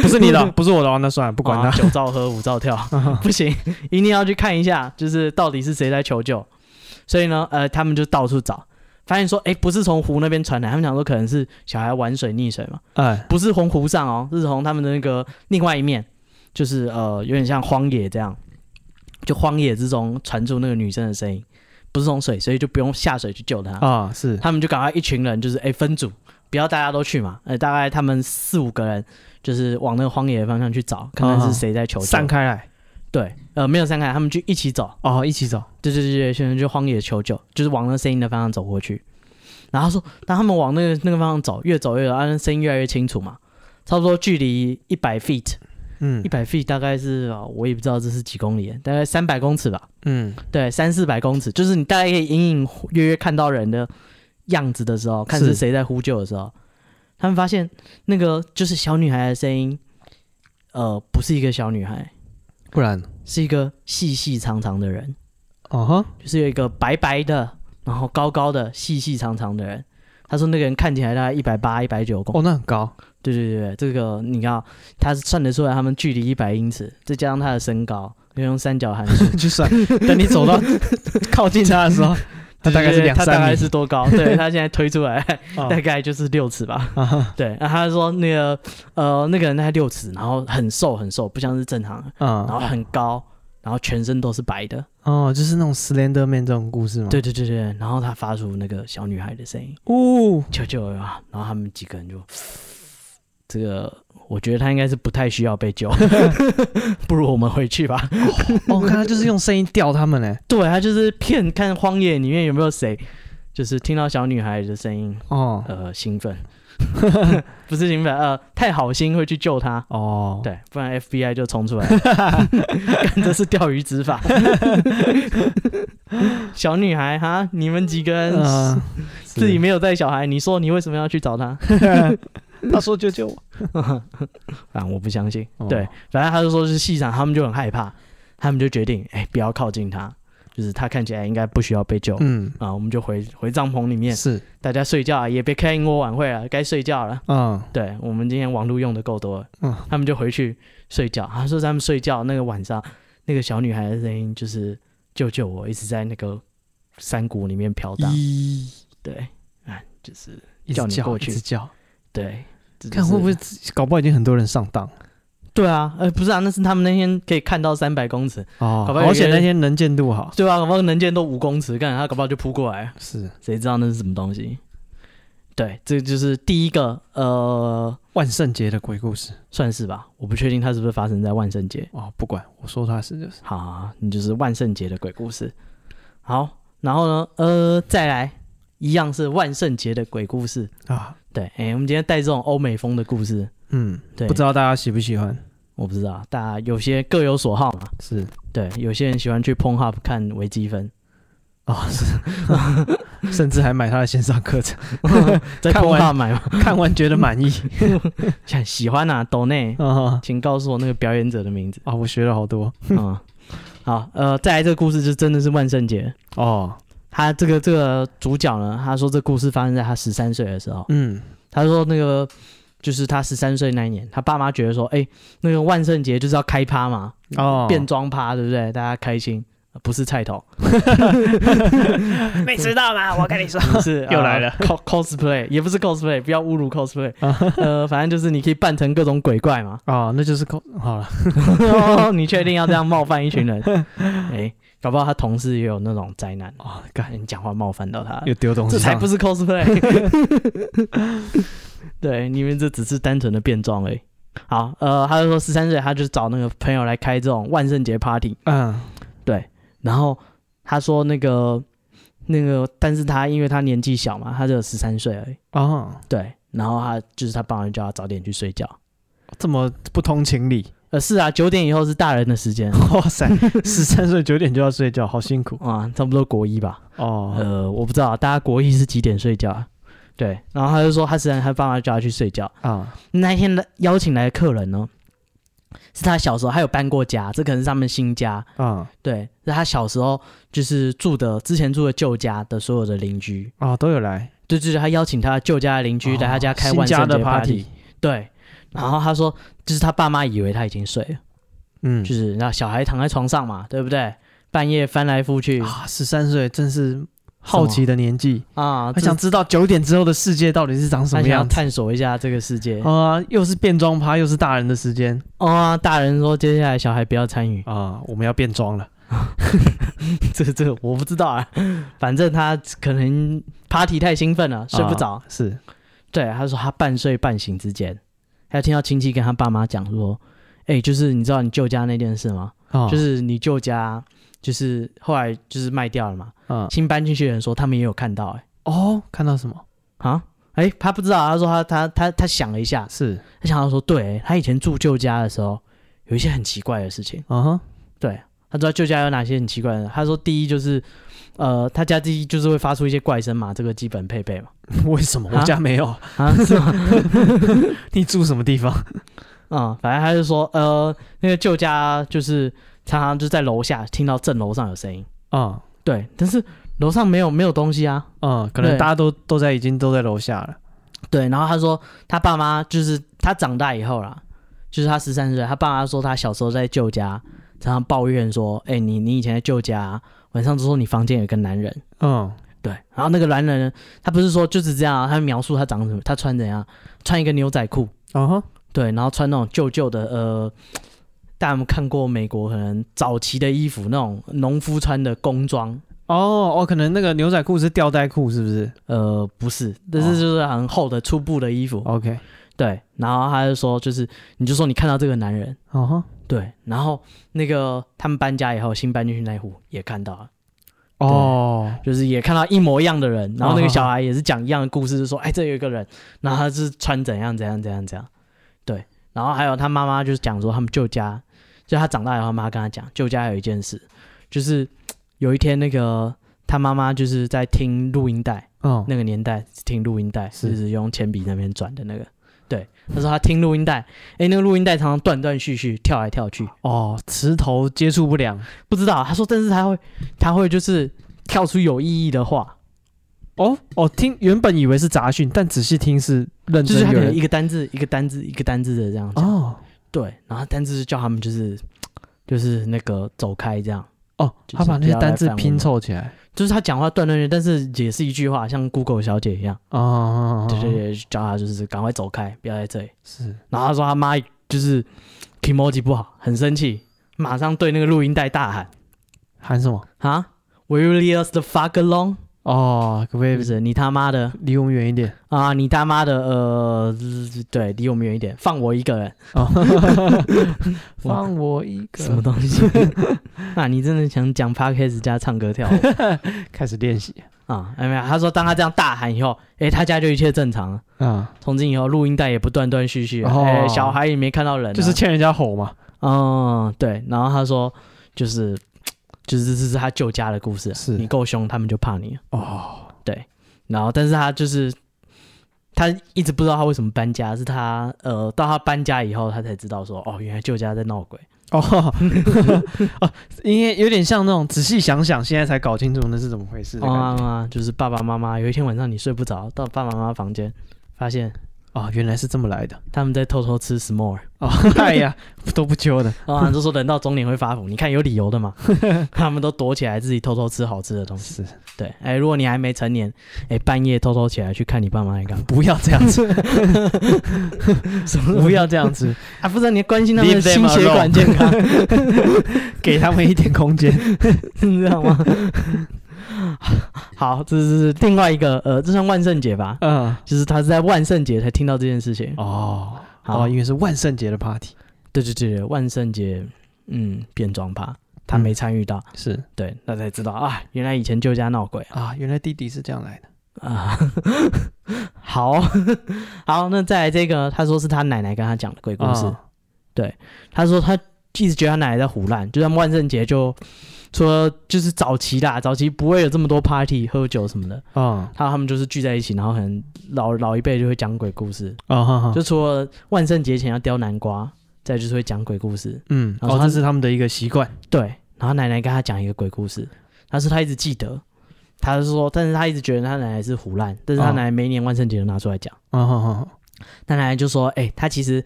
不是你 的，不是我的，哦那算了，不不管他。九照啊喝，五照跳，不行，一定要去看一下，就是到底是谁在求救。所以呢，呃，他们就到处找，发现说，哎、不是从湖那边传来，他们想说可能是小孩玩水溺水嘛， 哎，不是从湖上哦，是从他们的那个另外一面，就是呃，有点像荒野这样，就荒野之中传出那个女生的声音，不是从水，所以就不用下水去救她。啊，是他们就赶快一群人，就是哎、分组，不要大家都去嘛，呃大概他们四五个人，就是往那个荒野的方向去找，看看是谁在求救。啊散开来，对，呃没有散开，他们就一起走，哦，一起走，对对对对，现在就荒野求救，就是往那声音的方向走过去。然后他说，当他们往那个那个方向走，越走越远，啊，那声音越来越清楚嘛，差不多距离一百 feet，嗯一百 feet 大概是、啊我也不知道这是几公里，大概三百公尺吧，嗯，对，三四百公尺，就是你大概可以隐隐约约看到人的样子的时候，看是是谁在呼救的时候，他们发现那个就是小女孩的声音，呃，不是一个小女孩，不然，是一个细细长长的人，哦哈，就是有一个白白的，然后高高的、细细长长的人。他说那个人看起来大概一百八、一百九公，哦，那很高，对对对，对这个你看啊，他算得出来他们距离一百英尺，再加上他的身高，要用三角函数， 就算等你走到 靠近他的时 候，他大概是两他大三概米，是 多高？对他现在推出来，哦大概就是六尺吧。啊哈对，然后他说那个呃那个人大概六尺，然后很瘦很瘦，不像是正常人，然后啊，很高，然后全身都是白的。哦，就是那种 Slender Man 这种故事嘛，，对对对对，然后他发出那个小女孩的声音，哦，求救啊！然后他们几个人就这个。我觉得他应该是不太需要 被救， 不如我们回去吧。哦，我看他就是用声音吊他们嘞，对他就是骗看荒野里面有没有谁，就是听到小女孩的声音，哦，呃兴奋， 不是兴奋，呃太好心会去救他，哦， 对，不然 FBI 就冲出来了， 干这是钓鱼执法。 小女孩哈，你们几个人、嗯，自己没有带小孩，你说你为什么要去找 他？ 他说救救我，啊，我不相信。哦对，反正他就说是戏场，他们就很害怕，他们就决定，哎、不要靠近他，就是他看起来应该不需要被救。嗯，啊，我们就回回帐篷里面，是，大家睡觉啊，也别开烟火晚会了，该睡觉了。嗯，对我们今天网络用的够多了，嗯他们就回去睡觉。他说他们睡觉那个晚上，那个小女孩的声音就是“救救我”，一直在那个山谷里面飘荡。一对，啊，就是一叫直你叫，过一去直叫，对，这就看是会不会自己搞不好已经很多人上当了对啊？呃，不是啊，那是他们那天可以看到三百公尺，哦，搞不好有好险些那人天能见度好，对啊，搞不好能见都五公尺，干他搞不好就扑过来，是谁知道那是什么东西？对，这就是第一个，呃，万圣节的鬼故事算是吧，我不确定它是不是发生在万圣节。哦，不管我说他是就是，好好，好你就是万圣节的鬼故事。好，然后呢，呃，再来一样是万圣节的鬼故事。啊，对，哎、我们今天带这种欧美风的故事，嗯，对，不知道大家喜不喜欢，我不知道，大家有些各有所好嘛。是对，有些人喜欢去 p o n h u b 看微积分，哦，是， 甚至还买他的线上课 程，在 p 看 o 完 n h u b 买嘛，看完觉得满 意 想喜欢啊，抖内，啊。请告诉我那个表演者的名字 啊，我学了好多嗯，好，呃，再来这个故事就真的是万圣节。哦，他这个这个主角呢，他说这故事发生在他十三岁的时候。嗯，他说那个就是他十三岁那一年，他爸妈觉得说，哎、那个万圣节就是要开趴嘛，哦，变装趴，对不对？大家开心，呃不是菜头，没迟到吗？我跟你说，不是 又来了 啊呃 co- cosplay，也不是 cosplay，不要侮辱 cosplay，呃，反正就是你可以扮成各种鬼怪 嘛。哦，那就是扣好了，哦你确定要这样冒犯一群人？ 哎、搞不好他同事也有那种灾难，哦，哎干你讲话冒犯到他了，又丢东西这上，才不是 cosplay。对，你们这只是单纯的变装而已。好，呃，他就说十三岁，他就找那个朋友来开这种万圣节 party，嗯，然后他说那个那个，但是他因为他年纪小嘛，他只有十三岁而已，哦，对，然后他就是他爸妈就叫他早点去睡觉。这么不通情 理，呃，是啊，九点以后是大人的时间哇塞，十三岁九点就要睡觉，好辛苦啊，差不多国一吧。哦，呃，我不知道大家国一是几点睡觉啊？对，呃然后他就说他实在他爸妈叫他去睡觉，啊，那一天的邀请来的客人呢，是他小时候，他有搬过家，这可能是他们新家。啊对，是他小时候就是住的之前住的旧家的所有的邻居，啊都有来啊对，就是他邀请他旧家的邻居来他家开万哦新家圣节的 party，对，然后他说，就是他爸妈以为他已经睡了，嗯就是那小孩躺在床上嘛，对不对？半夜翻来覆去啊，十三岁真是好奇的年纪，啊，他想知道九点之后的世界到底是长这什他么想要样子探索一下这个世界。哦啊，又是变装趴，又是大人的时间啊，大人说接下来小孩不要参与，啊，我们要变装了 这这个我不知道啊，反正他可能 party 太兴奋了，睡不着。啊是对，他说他半睡半醒之间，他听到亲戚跟他爸妈讲说：“哎、就是你知道你舅家那件事吗？啊，就是你舅家就是后来就是卖掉了嘛，啊新搬进去的人说他们也有看到、欸，哦，看到什么哎啊。”哎、他不知道，他说他他他他想了一下，是他想到说，对、他以前住舅家的时候，有一些很奇怪的事情。啊哈 对，他知道舅家有哪些很奇怪的。他说，第一就是，呃，他家第一就是会发出一些怪声嘛，这个基本配备嘛。为什么啊我家没有？ 啊，是吗？你住什么地方？嗯，反正他就说，呃，那个舅家就是常常就在楼下听到正楼上有声音，啊对，但是楼上没有没有东西啊，啊，可能对大家都都在已经都在楼下了对。然后他说他爸妈就是他长大以后啦，就是他十三岁，他爸妈说他小时候在舅家常常抱怨说，哎、你你以前在舅家晚上都说你房间有个男人，嗯对，然后那个男人呢，他不是说就是这样、啊，他描述他长什么，他穿怎样，穿一个牛仔裤，啊哈对，然后穿那种旧旧的，呃，大家有没有看过美国可能早期的衣服，那种农夫穿的工装，哦哦，可能那个牛仔裤是吊带裤是不是呃，不是，但是就是很厚的粗布的衣服。 ？OK 对，然后他就说，就是你就说你看到这个男人，啊哈对，然后那个他们搬家以后，新搬进去那一户也看到了，哦就是也看到一模一样的人，然后那个哦小孩也是讲一样的故事，就说，哎，这有一个人，然后他是穿怎样怎样怎样怎样，对，然后还有他妈妈就是讲说他们舅家，就他长大以后，他妈跟他讲，舅家有一件事，就是有一天那个他妈妈就是在听录音带，嗯那个年代听录音带是就是用铅笔那边转的那个，对，他说他听录音带，哎，那个录音带常常断断续续跳来跳去，哦，池头接触不良不知道，他说但是他会他会就是跳出有意义的话。哦哦，听原本以为是杂讯，但仔细听是认就是真他有可能一人个单字一个单字一个单字的这样子，哦对，然后单字就叫他们就是就是那个走开这样，哦，就是他把那不些要来单字烦我拼们凑起来就是他讲话断断续续，但是也是一句话，像 Google 小姐一样，哦哦，哦对对哦对，叫他就是赶快走开，不要在这里。是然后他说他妈就是 k i m o j i 不好，很生气，马上对那个录音带大喊喊什么？啊，Will you leave us the fuck alone？哦，可不可对不以是你他妈的离我们远一点？啊，你他妈的呃，对，离我们远一点，放我一个人。哦， 哇放我一什么个，东西？ 啊，你真的想讲 podcast 加唱歌跳舞 开始练习啊？哎没有，他说当他这样大喊以后，哎、他家就一切正常了。啊，从今以后，录音带也不断断续续，哎、哦小孩也没看到人啊、就是欠人家吼嘛。嗯，对。然后他说，就是就是这是他舅家的故事，啊是你够凶，他们就怕你了。哦，然后，但是他就是他一直不知道他为什么搬家，是他呃到他搬家以后，他才知道说，哦，原来舅家在闹鬼。哦，哦， 因为有点像那种仔细想想，现在才搞清楚那是怎么回事的感啊觉。啊！就是爸爸妈妈有一天晚上你睡不着，到爸爸妈妈房间，发现哦，原来是这么来的。他们在偷偷吃 s'more，哦， 哎呀，都不揪的。 啊，就说人到中年会发福，你看有理由的 嘛？他们都躲起来，自己偷偷吃好吃的东西。是，？对，哎、如果你还没成年，哎、半夜偷偷起来去看你爸妈在干嘛 不要这样子，不要这样子， 啊，不是你关心他们的 Leave them 心血管 alone 健康， 给他们一点空间。你知道吗？ 好，这是另外一个，呃，这算万圣节吧？嗯，就是他是在万圣节才听到这件事情。哦，好哦，因为是万圣节的 party，对对对，万圣节，嗯，变装趴，他没参与到，是对，那才知道啊，原来以前旧家闹鬼啊，原来弟弟是这样来的。啊。 好好，那再来这个，他说是他奶奶跟他讲的鬼故事。啊他说他一直觉得他奶奶在胡乱，就他们万圣节就说就是早期啦，早期不会有这么多 party 喝酒什么的，啊他他们就是聚在一起，然后可能老老一辈就会讲鬼故事，啊，就除了万圣节前要叼南瓜。再就是会讲鬼故事。嗯，然哦，后他这是他们的一个习惯，对，然后奶奶跟他讲一个鬼故事，但是他一直记得，他是说，但是他一直觉得他奶奶是胡乱，但是他哦奶奶每一年万圣节都拿出来讲。哦哦他奶奶就说，哎、他其实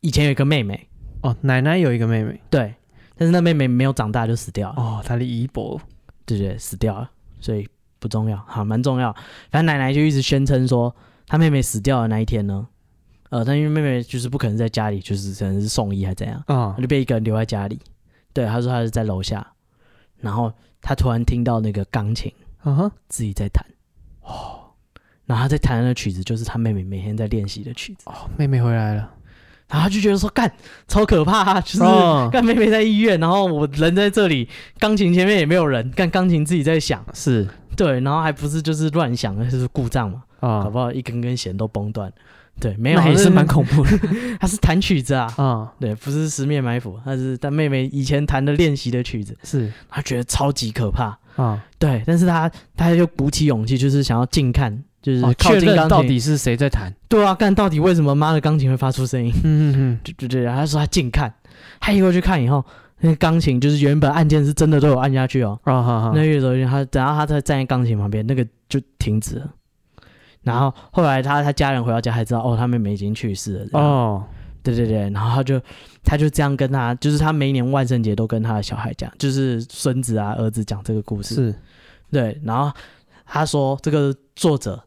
以前有一个妹妹，哦，哦奶奶有一个妹妹，对，但是那妹妹没有长大就死掉了，哦，她的姨伯，对对，死掉了，所以不重要，好，蛮重要。反正奶奶就一直宣称说，她妹妹死掉的那一天呢，呃，但因为妹妹就是不可能在家里，就是可能是送医还怎样，啊她就被一个人留在家里。对，她说她是在楼下，然后她突然听到那个钢琴啊哈，自己在弹，哦，然后她在弹的曲子就是她妹妹每天在练习的曲子，哦，妹妹回来了，然后她就觉得说，干，超可怕、啊，就是。哦 干妹妹在医院，然后我人在这里，钢琴前面也没有人，干钢琴自己在响，是对，然后还不是就是乱想，就是故障嘛，搞啊，不好一根根弦都崩断。对，没有，那也他是蛮恐怖的 他是弹曲子啊，啊，对，不是十面埋伏，他是他妹妹以前弹的练习的曲子，是他觉得超级可怕。啊，对，但是他他就鼓起勇气，就是想要近看，就是哦靠确近认钢琴。到底是谁在弹，对啊，干到底为什么妈的钢琴会发出声音？嗯嗯就就就，他说他近看，他一过去看以后，那个钢琴就是原本按键是真的都有按下去哦，嗯，啊哈那哈，越走越近，他等到他在站在钢琴旁边，那个就停止了。然后后来他他家人回到家才知道，哦，他妹妹已经去世了。哦，哦，对对对，然后他就他就这样跟他，就是他每一年万圣节都跟他的小孩讲，就是孙子啊儿子讲这个故事。是对，然后他说这个作者。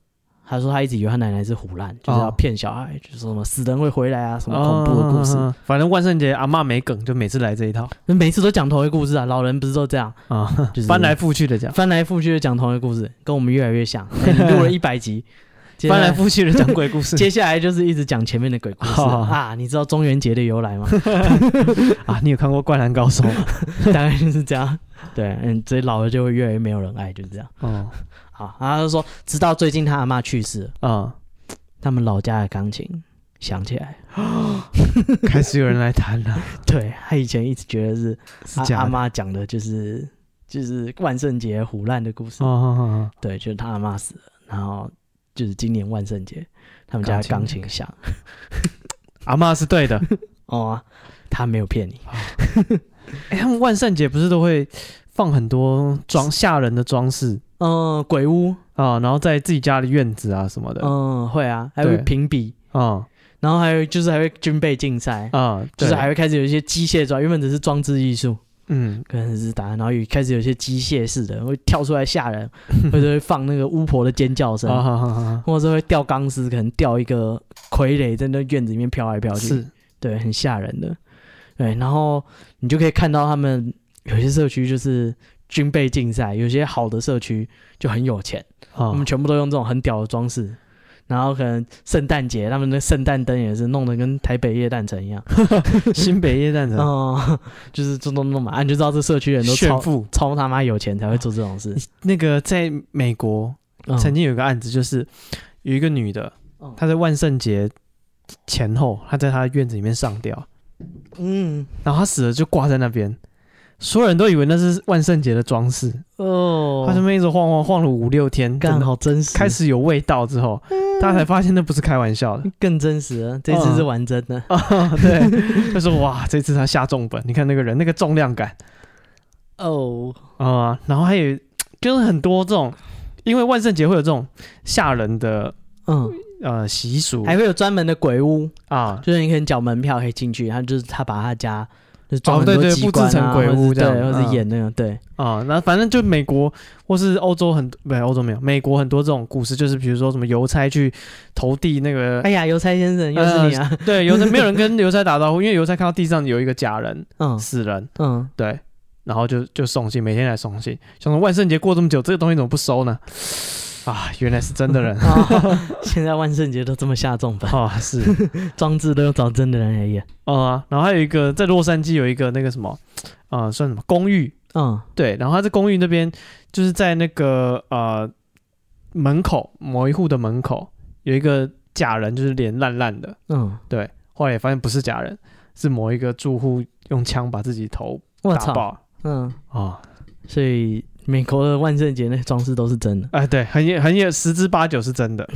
他说他一直以为他奶奶是胡乱，就是要哦骗小孩，就是说什么死人会回来啊，什么恐怖的故事。啊啊啊反正万圣节阿嬷没梗，就每次来这一套那每次都讲同一个故事啊，老人不是都这样，啊，就是翻来覆去的讲，翻来覆去的讲同一个故事，跟我们越来 越像。哎你录了一百集，接下翻来覆去的讲鬼故事 接下来就是一直讲前面的鬼故事、好好好啊。你知道中元节的 由来吗？啊，你有看过《灌篮高手》吗？大概就是这样。对，嗯，所以老了就会越来越没有人爱，就是这样。哦，好，然后他就说，直到最近他阿妈去世了，啊，他们老家的钢琴响起来。开始有人来谈 了，对他以前一直觉得是是他假阿的。妈讲的就是就是万圣节胡乱的故事。哦哦对，就是他阿妈死了，然后就是今年万圣节，他们家的钢钢琴琴响。阿嬷是 对的。哦、啊，他没有骗你。哎，他们万圣节不是都会放很多装吓人的装饰嗯、鬼屋，啊，然后在自己家的院子啊什么的，嗯、会啊，还会对评比，啊然后还有就是还会军备竞赛，啊，就是对还会开始有一些机械装，原本只是装置艺术，嗯，可能只是打，然后有开始有一些机械式的会跳出来吓人，或者会放那个巫婆的尖叫声，啊哈哈哈或者是会吊钢丝，可能吊一个傀儡在那院子里面飘来飘哈，去，是对，很吓人的。对，然后你就可以看到他们有些社区就是军备竞赛，有些好的社区就很有钱。啊他们全部都用这种很屌的装饰。然后可能圣诞节，他们的圣诞灯也是弄得跟台北夜诞城一样，新北夜战城 哦，就是这弄弄嘛，啊你就知道这社区人都嗯炫超富。超他妈有钱才会做这种事。那个在美国嗯曾经有一个案子，就是有一个女的，嗯她在万圣节前后，她在她的院子里面上吊，嗯然后她死了就挂在那边，所有人都以为那是万圣节的装饰，哦，她这么一直晃晃晃了五六天，真干的好真实，开始有味道之后，大家才发现那不是开玩笑 的。更真实了，这次是玩真的。啊、对，就说哇，这次他下重本，你看那个人那个重量感哦，啊、然后还有就是很多这种，因为万圣节会有这种吓人的嗯，呃习俗还会有专门的鬼屋，啊，就是你可能缴门票可以进去，他就是他把他家就是装哦很多对对机布置关啊成鬼屋或者这样对，或嗯者是演那个对，啊，那反正就美国或是欧洲很不欧洲没有，美国很多这种故事，就是比如说什么邮差去投递那个，哎呀，邮差先生又是你啊，对，邮差没有人跟邮差打招呼，因为邮差看到地上有一个假人嗯死人， 嗯，对，然后就就送信，每天来送信，想说万圣节过这么久，这个东西怎么不收呢？ 啊，原来是真的人 啊、哦现在万圣节都这么下重本，是装置都要找真的人来演。啊、然后还有一个在洛杉矶有一个那个什么，啊、算什么公寓，嗯对，然后他在公寓那边就是在那个呃门口某一户的门口有一个假人，就是脸烂烂的，嗯，后来也发现不是假人，是某一个住户用枪把自己头我打操，爆嗯，啊、哦所以美国的万圣节那装饰都是真的。哎、对，很也很也十之八九是真的。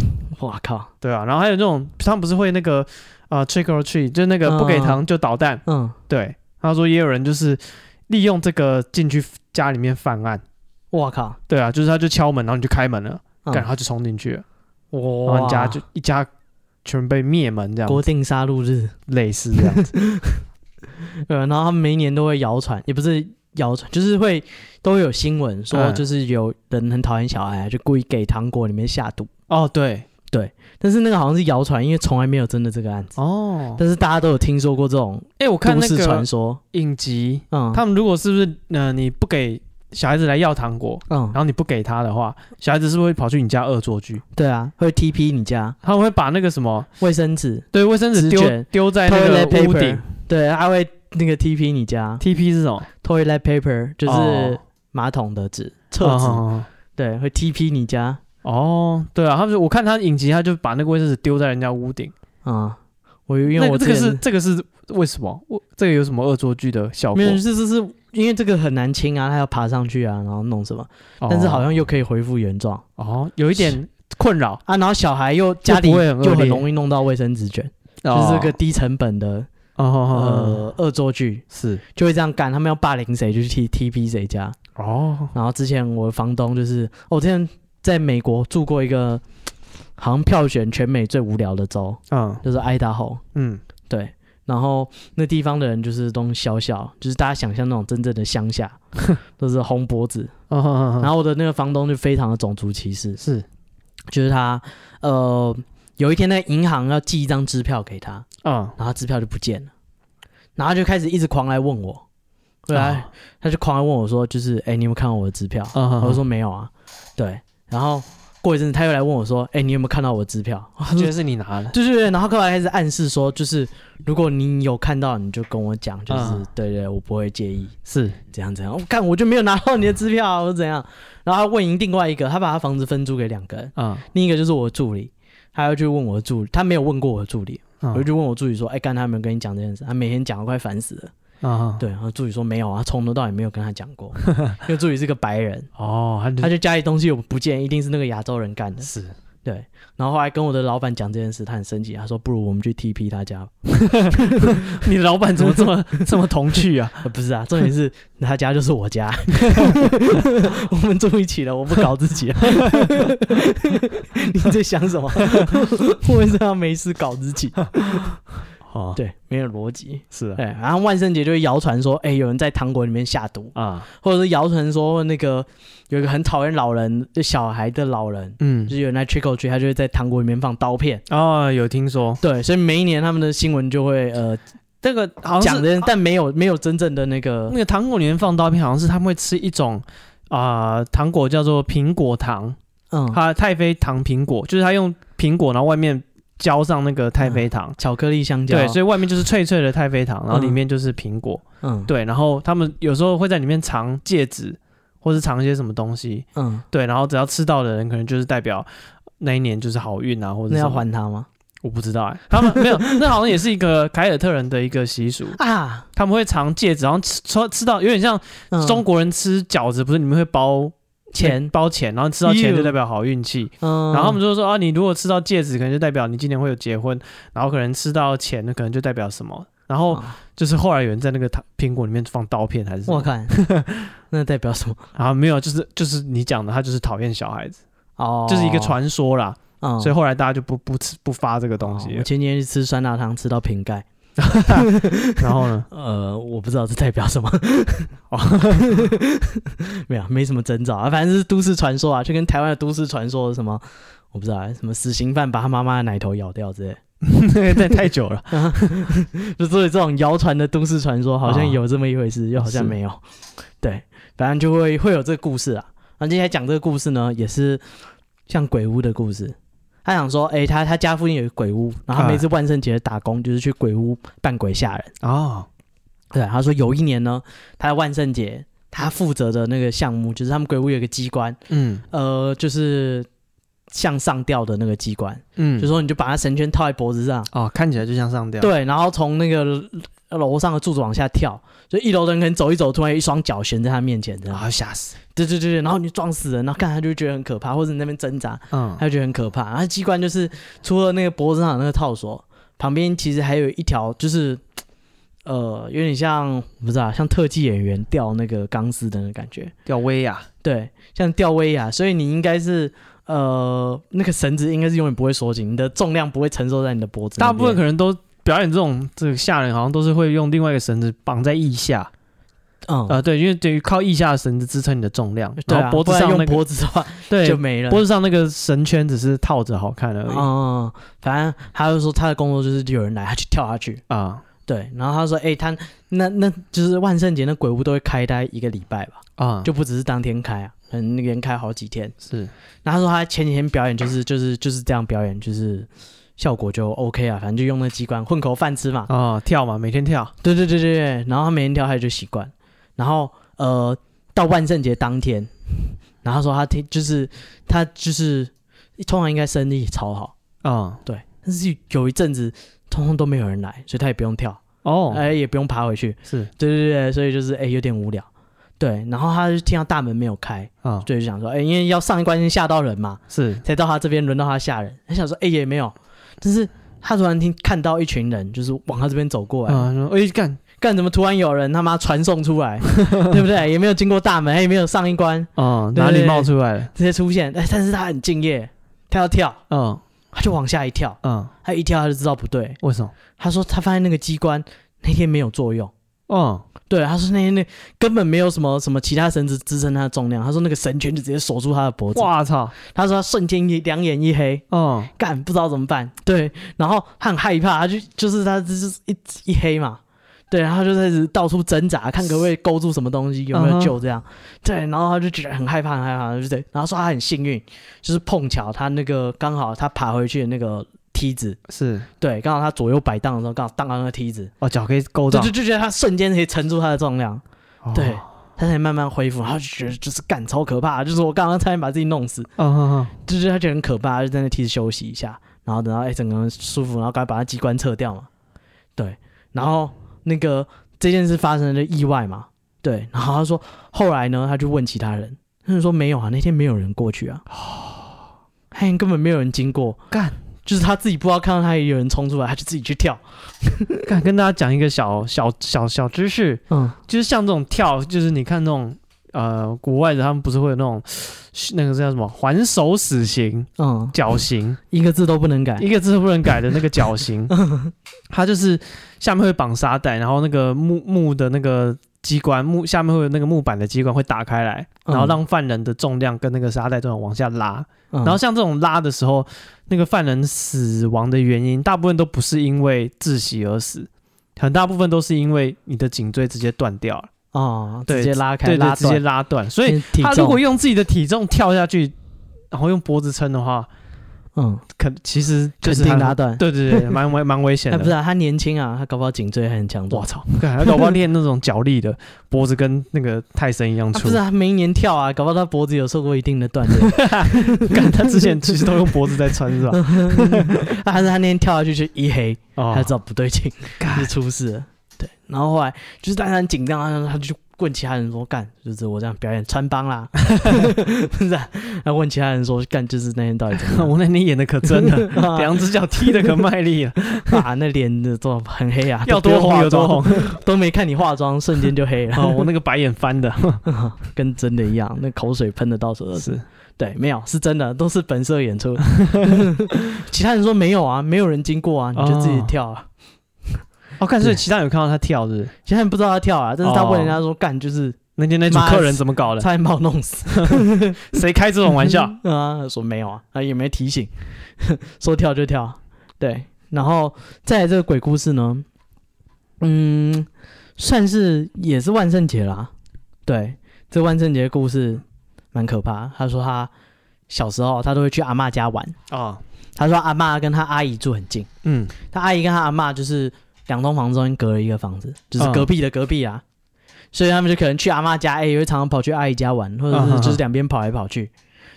哇靠，对啊，然后还有那种，他们不是会那个啊、t r i c k or treat，就是那个不给糖就捣蛋。嗯，对，他说也有人就是利用这个进去家里面犯案。哇靠，对啊，就是他就敲门，然后你就开门了，嗯然后他就冲进去了，然后哇，你家就一家全被灭门这样，国定杀戮日，类似这样子。呃，然后他们每一年都会谣传，也不是谣传，就是会都会有新闻说，嗯就是有人很讨厌小孩，就故意给糖果里面下毒。 哦，对，但是那个好像是谣传，因为从来没有真的这个案子。哦，但是大家都有听说过这种哎、我看都那市传个说，影集，嗯，他们如果是不是，呃，你不给小孩子来要糖果，嗯然，后你不给他的话，小孩子是不是会跑去你家恶作剧？对啊，会 TP 你家他们会把那个什么，卫生纸，对，卫生纸纸丢卷丢在那 Toilet 个屋 paper 顶。对，他会那个 TP 你家 TP 是什么？ toilet paper，就是哦马桶的纸，厕纸，哦对，会 TP 你家，哦，对啊，他们就我看他影集，他就把那个卫生纸丢在人家屋顶。啊，我因为那我这之个前是这个是为什么？我这个有什么恶作剧的效果没？有，这这是因为这个很难清啊，他要爬上去啊，然后弄什么，哦但是好像又可以恢复原状哦，有一点困扰，啊，然后小孩又家里哦又不会很恶劣又很容易弄到卫生纸卷，就是这个低成本的哦哦哦哦呃恶作剧是就会这样干，他们要霸凌谁就去 T T P 谁家，哦然后之前我的房东就是，我之前在美国住过一个，好像票选全美最无聊的州，嗯就是爱达荷。嗯对，然后那地方的人就是都小小，就是大家想象那种真正的乡 下，都是红脖子。哦哦然后我的那个房东就非常的种族歧视，是就是他呃有一天那个银行要寄一张支票给他，嗯然后他支票就不见了，然后他就开始一直狂来问我，对啊，啊他就狂来问我说，就是哎、诶你有没有看到我的支票？嗯我就说没有啊，对，然后过一阵子他又来问我说，哎、你有没有看到我的支票？他觉得是你拿 的对对对，然后后来开始暗示说，就是如果你有看到，你就跟我讲，就是、嗯对对，我不会介意，是怎样怎样，我、看我就没有拿到你的支票、啊，我怎样？然后他问赢另外一个，他把他房子分租给两个人，嗯另一个就是我的助理，他要去问我的助理，他没有问过我的助理，我就嗯去问我助理说，哎、刚才有没有跟你讲这件事？他每天讲，我快烦死了。嗯对，然后助理说没有啊，从头到尾没有跟他讲过，因为助理是个白人，哦他他就就家里东西我不见，一定是那个亚洲人干的。是对，然后后来跟我的老板讲这件事，他很生气，他说不如我们去 TP 他家吧。你老板怎么这么这么童趣啊？呃不是啊，重 点是他家就是我家，我们住一起了，我不搞 自己了。你在想什么？我为什么要没事搞自己？哦对对，没有逻辑。是啊对，然后万圣节就会谣传说，哎，有人在糖果里面下毒，啊或者是谣传说那个有一个很讨厌老人、就小孩的老人，嗯就是有人来 trick or treat，他就会在糖果里面放刀片。哦有听说对，所以每一年他们的新闻就会呃这个好像讲是的，但没有没有真正的那个那个糖果里面放刀片，好像是他们会吃一种啊、糖果叫做苹果糖，嗯它太妃糖苹果，就是它用苹果，然后外面浇上那个太妃糖。巧克力香蕉，对，所以外面就是脆脆的太妃糖，然后里嗯面就是苹果。啊嗯对，然后他们有时候会在里面藏戒指，或是藏一些什么东西。嗯，对，然后只要吃到的人，可能就是代表那一年就是好运啊，或者那什要么还他吗？我不知道哎、他们没有， 那好像也是一个凯尔特人的一个习俗，啊，他们会藏戒指，然后吃吃吃到有点像嗯中国人吃饺子，不是你们会包钱，包钱，然后吃到钱就 Ew 代表好运气。嗯，然后他们就说啊，你如果吃到戒指，可能就代表你今年会有结婚，然后可能吃到钱，可能就代表什么。然后啊就是后来有人在那个糖苹果里面放刀片还是什我么， 看那代表什么？然后没有，就是就是你讲的，他就是讨厌小孩子，哦，就是一个传说啦。嗯，所以后来大家就不不吃不发这个东哦西我了。前几天去吃酸辣汤，吃到瓶盖， 然后呢，呃，我不知道这代表什么， 哦，没有，没什么征兆啊，反正是都市传说啊，就跟台湾的都市传说什么，我不知道啊，什么死刑犯把他妈妈的奶头咬掉之类的。那个太久了。就所以这种谣传的都市传说，好像啊有这么一回事，又好像是没有。对，反正就会会有这个故事啊。那接下来讲这个故事呢，也是像鬼屋的故事。他想说，哎、他他家附近有个鬼屋，然后他每次万圣节打工就是去鬼屋扮鬼吓人。哦，对，他说有一年呢，他的万圣节他负责的那个项目就是他们鬼屋有一个机关，嗯呃，就是向上吊的那个机关，嗯，就说你就把他绳圈套在脖子上，哦，看起来就像上吊。，对，然后从那个楼上的柱子往下跳，就一楼的人可能走一走，突然有一双脚悬在他面前，这样。啊，吓死。对对对对，然后你就撞死人，然后看他就会觉得很可怕，或者你那边挣扎，嗯他就觉得很可怕。然后机关就是除了那个脖子上有那个套索，旁边其实还有一条，就是呃，有点像不是啊，像特技演员吊那个钢丝的那感觉，吊威啊亚，对，像吊威亚，所以你应该是呃，那个绳子应该是永远不会缩紧，你的重量不会承受在你的脖子那边。大部分可能都表演这种这个吓人，好像都是会用另外一个绳子绑在腋下，嗯，呃，对，因为等于靠腋下的绳子支撑你的重量，对然啊，后脖子不然上那用个脖子的话对就没了。脖子上那个绳圈只是套着好看而已嗯，反正他就说他的工作就是有人来，他去跳下去。啊对，然后他说，哎、他那那就是万圣节那鬼屋都会开大概一个礼拜吧，啊，就不只是当天开啊，可能那个人开好几天。是然后他说他前几天表演就是就是就是这样表演，就是效果就 OK 啊，反正就用那机关混口饭吃嘛。啊跳嘛，每天跳对对对对对，然后他每天跳他就习惯，然后呃到万圣节当天，然后他说他听就是他就是通常应该生意超好。啊对，但是有一阵子通通都没有人来，所以他也不用跳，哎、哦也不用爬回去。是对对对，所以就是哎、有点无聊。对，然后他就听到大门没有开，啊对，就想说，哎、因为要上一关先吓到人嘛，是才到他这边轮到他吓人。他想说，哎、也没有，但是他突然听看到一群人就是往他这边走过来，啊，然后哎干干、怎么突然有人他妈传送出来，对不对？也没有经过大门，哎也没有上一关，啊对哪对里对冒出来了？直接出现。哎、但是他很敬业，他要跳，嗯他就往下一跳，嗯，他一跳他就知道不对，为什么？他说他发现那个机关那天没有作用。嗯对，他说那天那根本没有什么什么其他绳子支撑他的重量，他说那个绳圈就直接锁住他的脖子。哇操！他说他瞬间一两眼一黑，嗯干不知道怎么办。对，然后他很害怕，他就就是他就是一一黑嘛，对，然后他就开始到处挣扎，看可不可以勾住什么东西，有没嗯有哼救这样。对，然后他就觉得很害怕，很害怕，就对。然后说他很幸运，就是碰巧他那个刚好他爬回去的那个梯子，是对，刚好他左右摆荡的时候刚好荡到那个梯子，哦，脚可以勾就到就，就觉得他瞬间可以承住他的重量，哦对他才慢慢恢复，然后就觉得就是干超可怕，就是我刚刚差点把自己弄死，嗯嗯就是他觉得很可怕，就在那梯子休息一下，然后等到哎、整个人舒服，然后赶快把他机关撤掉嘛，对，然后那个这件事发生的意外嘛，对，然后他说后来呢，他就问其他人，他们说没有啊，那天没有人过去啊，哎根本没有人经过，干就是他自己不知道看到他有人冲出来，他就自己去跳，嗯，干跟大家讲一个小小小小知识，嗯，就是像这种跳，就是你看那种呃国外的，他们不是会有那种那个叫什么还手死刑、嗯，绞刑， 一个字都不能改，一个字都不能改的那个绞刑，它就是下面会绑沙袋，然后那个木木的那个机关木下面会有那个木板的机关会打开来，嗯然后让犯人的重量跟那个沙袋重量往下拉。嗯然后像这种拉的时候，那个犯人死亡的原因大部分都不是因为窒息而死。很大部分都是因为你的颈椎直接断掉了，哦，对直接拉开，对对，拉直接拉断。所以体他重如果用自己的体重跳下去，然后用脖子撑的话，嗯，可其实就是肯定他拉断对对对，蛮危蛮危险 哎，的不。是啊，他年轻啊，他搞不好颈椎还很强壮。啊我！操， 干他搞不好练那种脚力的，脖子跟那个泰森一样啊、粗。不是啊，他每一年跳啊，搞不好他脖子有受过一定的锻炼。 干他之前其实都用脖子在穿，是吧？ 啊还是他那天跳下去就一黑，他哦知，道不对劲，就出事了。对，然后后来就是大家很紧张，啊，他就问其他人说：“干，就是我这样表演穿帮 啦。”不是、啊，他问其他人说：“干，就是那天到底怎么 样我那天演的可真 了， 两只脚踢的可卖力了，啊？那脸的都很黑 啊，要都多不用红化有多妆，红。 都没看你化妆， 瞬间就黑了。哦，我那个白眼翻的， 跟真的一样，那口水喷的到处都是。是对，没有是真的，都是本色演 出。其他人说没有啊，没有人经过啊，你就自己跳啊。哦，看，所以其他人有看到他跳，是不是？其他人不知道他跳啊，但是他哦问人家说干，就是那天那组妈客人怎么搞的？差点把我弄死。谁开这种玩笑？ 啊，他说没有啊，啊也没提醒， 说跳就跳。对，然后再来这个鬼故事呢，嗯，算是也是万圣节啦。对，这万圣节故事蛮可怕。他说他小时候他都会去阿嬷家玩，哦，他说阿嬷跟他阿姨住很近。嗯，他阿姨跟他阿嬷就是两栋房子中间隔了一个房子，就是嗯隔壁的隔壁啊。所以他们就可能去阿嬷家，哎、也会常常跑去阿姨家玩，或者嗯嗯是嗯就是两边跑来跑去。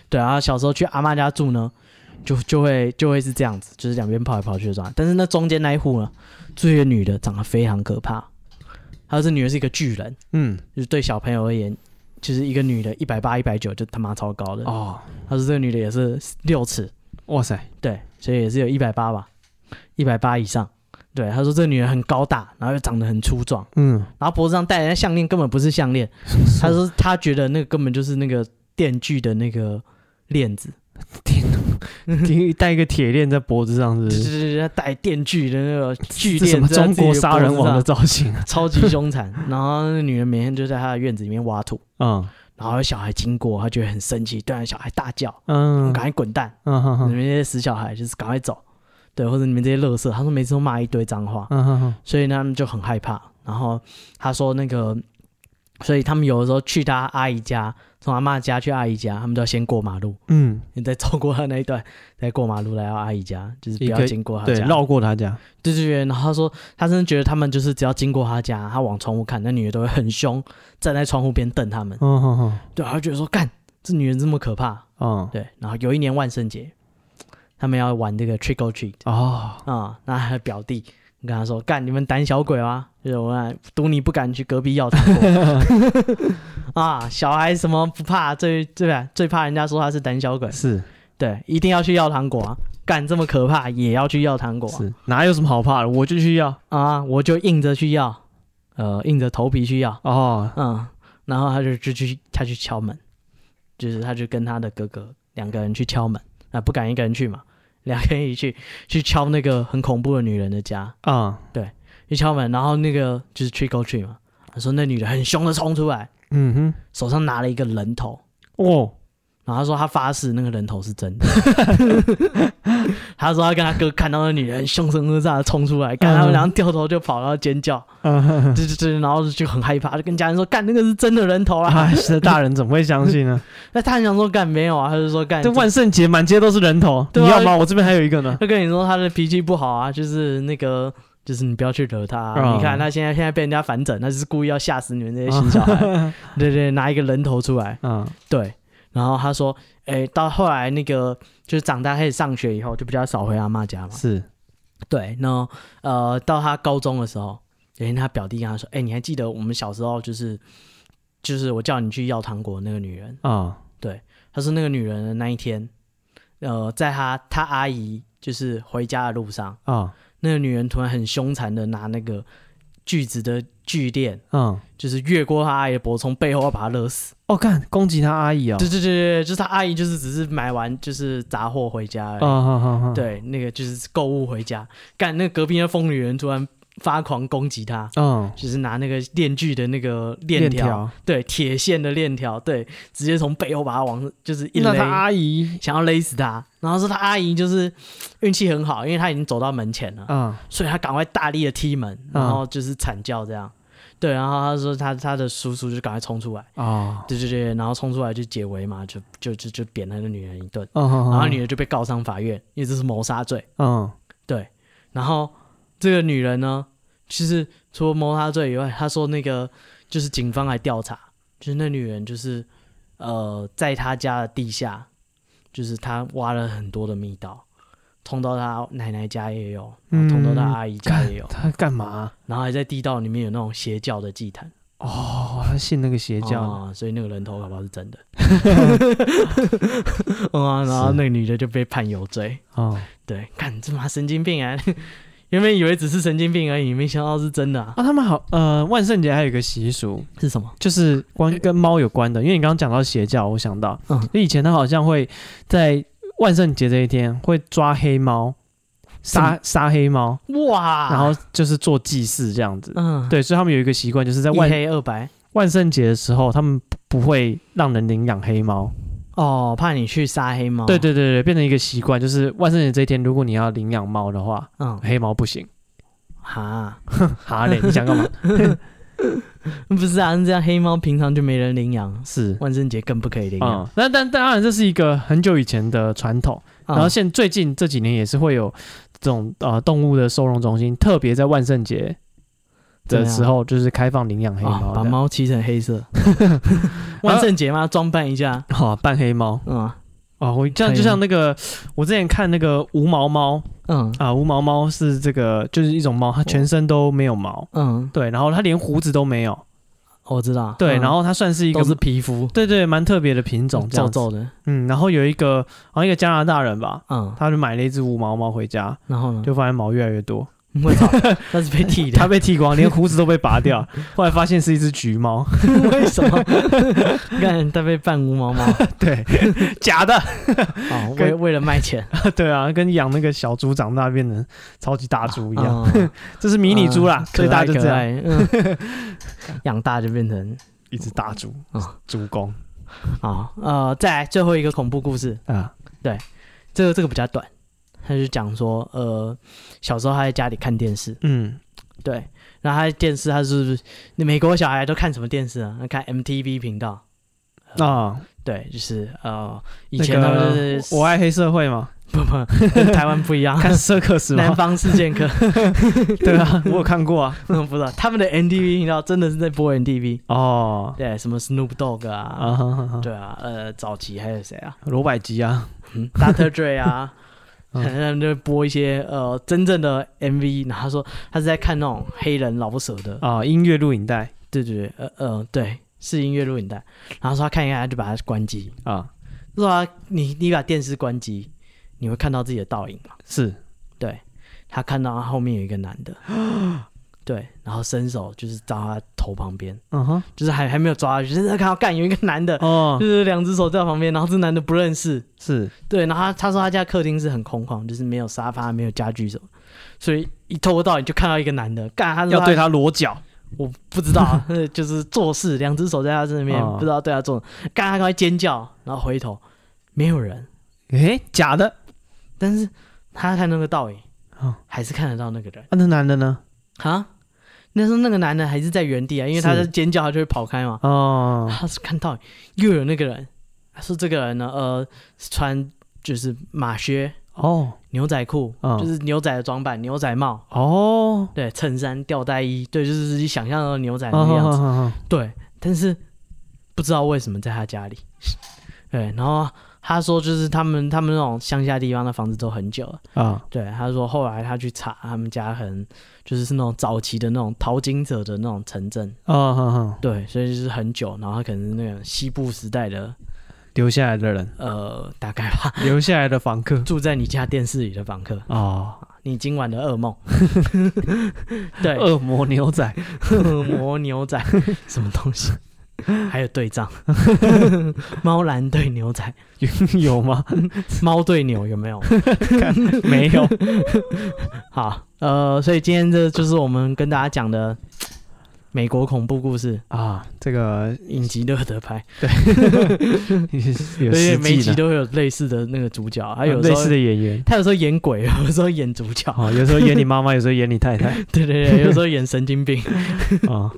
对，然后小时候去阿嬷家住呢，就就会就会是这样子，就是两边跑来跑去的状态。但是那中间那一户呢，住一个女的，长得非常可怕。她这女的是一个巨人，嗯，就是对小朋友而言，就是一个女的，一百八、一百九，就他妈超高的。哦，她说这个女的也是六尺，哇塞，对，所以也是有一百八吧。一百八以上。对，他说这个女人很高大，然后又长得很粗壮，嗯， 然后脖子上戴的那项链根本不是项链，他说他觉得那个根本就是那个电锯的那个链子，提带一个铁链在脖子上，是不对对是？对对，他戴电锯的那个锯这什链么在中自己国的杀脖人子王的上造型啊？超级凶残。然后那女人每天就在他的院子里面挖土， 嗯然后有小孩经过，他觉得很生气，对那啊小孩大叫：“嗯赶快滚蛋！”嗯哼你哼们这些死小孩就是赶快走，对，或者你们这些垃圾。他说每次都骂一堆脏话，嗯哼哼，所以呢他们就很害怕。然后他说那个，所以他们有的时候去他阿姨家，从阿妈家去阿姨家，他们都要先过马路，嗯，你再超过他那一段，再过马路来到阿姨家，就是不一要个经过他对，家。绕过他家，对对对，然后他说他真的觉得他们就是只要经过他家，他往窗户看，那女的都会很凶，站在窗户边瞪他们。嗯哼哼，对，他就觉得说干这女人这么可怕。嗯，对，然后有一年万圣节，他们要玩这个 trick or treat。哦，啊、那他的表弟，你跟他说，干你们胆小鬼吗？就是我们赌你不敢去隔壁药堂过 啊，小孩什么不怕，最最怕最怕人家说他是胆小鬼，是对，一定要去药堂果啊，干这么可怕也要去药堂果是，哪有什么好怕的？我就去要啊啊，我就硬着去要，呃，硬着头皮去要，哦，嗯，然后他就就去他去敲门，就是他就跟他的哥哥两个人去敲门，啊，不敢一个人去嘛，两个人一起去去敲那个很恐怖的女人的家，啊，一敲门，然后那个就是 trick or treat 嘛，他说那女的很凶的冲出来，嗯手上拿了一个人头，哼，哦，然后他说他发誓那个人头是真的，他说他跟他哥看到那女人凶神恶煞的冲出来，干他们两个掉头就跑，然后尖叫，嗯哼哼对对对，然后就很害怕，就跟家人说干那个是真的人头啊，哎，是大人怎么会相信 呢？那他很想说干没有啊，他就说干这。万圣节满街都是人头，对你啊要吗？我这边还有一个呢。他跟你说他的脾气不好啊，就是那个，就是你不要去惹他、啊嗯你看他现在现在被人家反整，他就是故意要吓死你们这些新小孩。对对，拿一个人头出来，嗯对，然后他说，哎、到后来那个就是长大开始上学以后，就比较少回阿妈家嘛。是，对，那呃，到他高中的时候，有一天他表弟跟他说，哎、你还记得我们小时候就是就是我叫你去要糖果那个女人？啊他说那个女人的那一天，呃，在他他阿姨就是回家的路上，啊那个女人突然很凶残的拿那个锯子的锯链，嗯，就是越过他阿姨的脖子，从背后要把他勒死。哦，干攻击他阿姨啊，对对对对，就是他阿姨就是只是买完就是杂货回家而已，啊哈哈哈，对，那个就是购物回家。干，那个隔壁的疯女人突然发狂攻击他，嗯，就是拿那个链锯的那个链条，对，铁线的链条，对，直接从背后把他往，就是一那勒他，阿姨想要勒死他。然后说他阿姨就是运气很好，因为他已经走到门前了，啊所以他赶快大力的踢门，嗯然后就是惨叫这样。对，然后他说他他的叔叔就赶快冲出来。啊，对对对，然后冲出来就解围嘛，就就就就扁那个女人一顿，嗯哼哼，然后女人就哦被告上法院，因为这是谋杀罪。嗯然后这个女人呢，其实除了谋杀罪以外，她说那个就是警方还调查，就是那女人就是呃，在她家的地下，就是她挖了很多的密道，通到她奶奶家也有，然后通到她嗯阿姨家也有，他干嘛？然后还在地道里面有那种邪教的祭坛，哦，他信那个邪教，啊，所以那个人头搞不好 是真的。 嗯啊，然后那个女的就被判有罪。哦，对，看这妈神经病啊！ 原本以为只是神经病而已，没想到是真的啊！啊，他们好，呃，万圣节还有一个习俗，是什么？就是关跟猫有关的，因为你刚刚讲到邪教，我想到，嗯就以前他好像会在万圣节这一天会抓黑猫，什啊杀杀黑猫，哇！然后就是做祭祀这样子。嗯，，对，所以他们有一个习惯，就是在一万黑二白万圣节的时候，他们不不会让人领养黑猫。哦，怕你去杀黑猫。对，对对对，变成一个习惯，就是万圣节这一天，如果你要领养猫的话，嗯，黑猫不行。哈，哈 嘞，你想干嘛？不是啊，这样黑猫平常就没人领养，是。万圣节更不可以领养。嗯，那但当然这是一个很久以前的传统，嗯然后现最近这几年也是会有这种呃动物的收容中心，特别在万圣节的时候就是开放领养黑啊猫，把的， 猫漆成黑色，万圣节嘛，装扮一下。好、扮哦黑猫嗯哦，我这样可以就像那个我之前看那个无毛猫嗯啊，无毛猫是这个就是一种猫，它全身都没有毛，嗯，对，然后它连胡子都没有，我知道，对，嗯然后它算是一个都是皮肤对对蛮特别的品种，这皱样子。皱的，嗯，然后有一个好像一个加拿大人吧，嗯，他就买了一只无毛猫回家，然后呢？就发现毛越来越多， 我操，那是被剃它的，被剃光，连胡子都被拔掉，后来发现是一只橘 猫， 为什么？看他被扮 无毛猫，对，假的， 哦，为跟为了卖钱，对啊，跟养那个小猪长大变成超级大猪一样，嗯这是 迷你猪啦，所以大家就这，样，啊嗯可 爱可爱嗯养大就变成一只大猪哦，猪公啊，呃，再来最后一个恐怖故事，啊，这个这个比较短，他就讲说，呃，小时候他在家里看电视，嗯对，然后他的电视他是那美国小孩都看什么电视啊？看 MTV 频道，啊，对，就是呃，以那前他们就是个我爱 黑社会 嘛，不不跟台湾不一样，看circus 南嘛，方四剑客，对啊，我有看过啊，嗯不知道他们的 MTV 频道真的是在播 MTV，哦对，什么 Snoop Dogg 啊，啊哈哈哈，对啊，呃，早期还有谁啊？罗百吉啊，嗯 Dr. Dre 啊，嗯他们就播一些呃真正的 MV，然后他说他是在看那种黑人老不舍的，啊，音乐录影带对对对，呃呃对，是音乐录影带，然后说他看一看他就把它关机，啊，他说他你你把电视关机，你会看到自己的倒影嘛？是对他看到他后面有一个男的， 对，然后伸手就是到他头旁边，嗯哼，就是还还没有抓下去，就是他看到干有一个男的，哦就，是两只手在旁边，然后这男的不认识，是对，然后他他说他家客厅是很空旷，就是没有沙发，没有家具什么，所以一透过到你就看到一个男的，干他说要对，他裸脚，我不知道啊， 呃就是做事，两只手在他身边，哦不知道对他做，干他赶快尖叫，然后回头没有人，诶，假的，但是他看那个倒影，哦还是看得到那个人啊，那男的呢？啊。那时候那个男的还是在原地啊，因为他是在尖叫，他就会跑开嘛。哦，他是看到又有那个人，他说这个人呢，呃，穿就是马靴、哦，牛仔裤，嗯就是牛仔的装扮、牛仔帽，哦，对，衬衫、吊带衣，对，就是自己想象的牛仔啊那个样子，啊对。但是不知道为什么在他家里，对。然后他说，就是他们他们那种乡下地方的房子都很久了，啊啊，对。他说后来他去查，他们家很就是是那种早期的那种淘金者的那种城镇，啊啊啊，对，所以就是很久。然后他可能是那个西部时代的留下来的 人，呃，大概吧， 留下来的房客住在你家电视里的房客，哦，你今晚的噩梦，对，恶魔牛仔， 恶魔牛仔什么东西？还有对仗， 猫蓝对牛仔，有 吗？猫对牛有没有？没有，好，呃，所以今天这就是我们跟大家讲的美国恐怖故事，啊，这 个影集都有得拍，有所以每实一际集的，都会有类似的那个主角，还还有有时类候似的演员。他有时候演鬼， 有时候演主角，哦，有时候演你妈妈，有时候演你太太对对对，有时候演神经病，啊。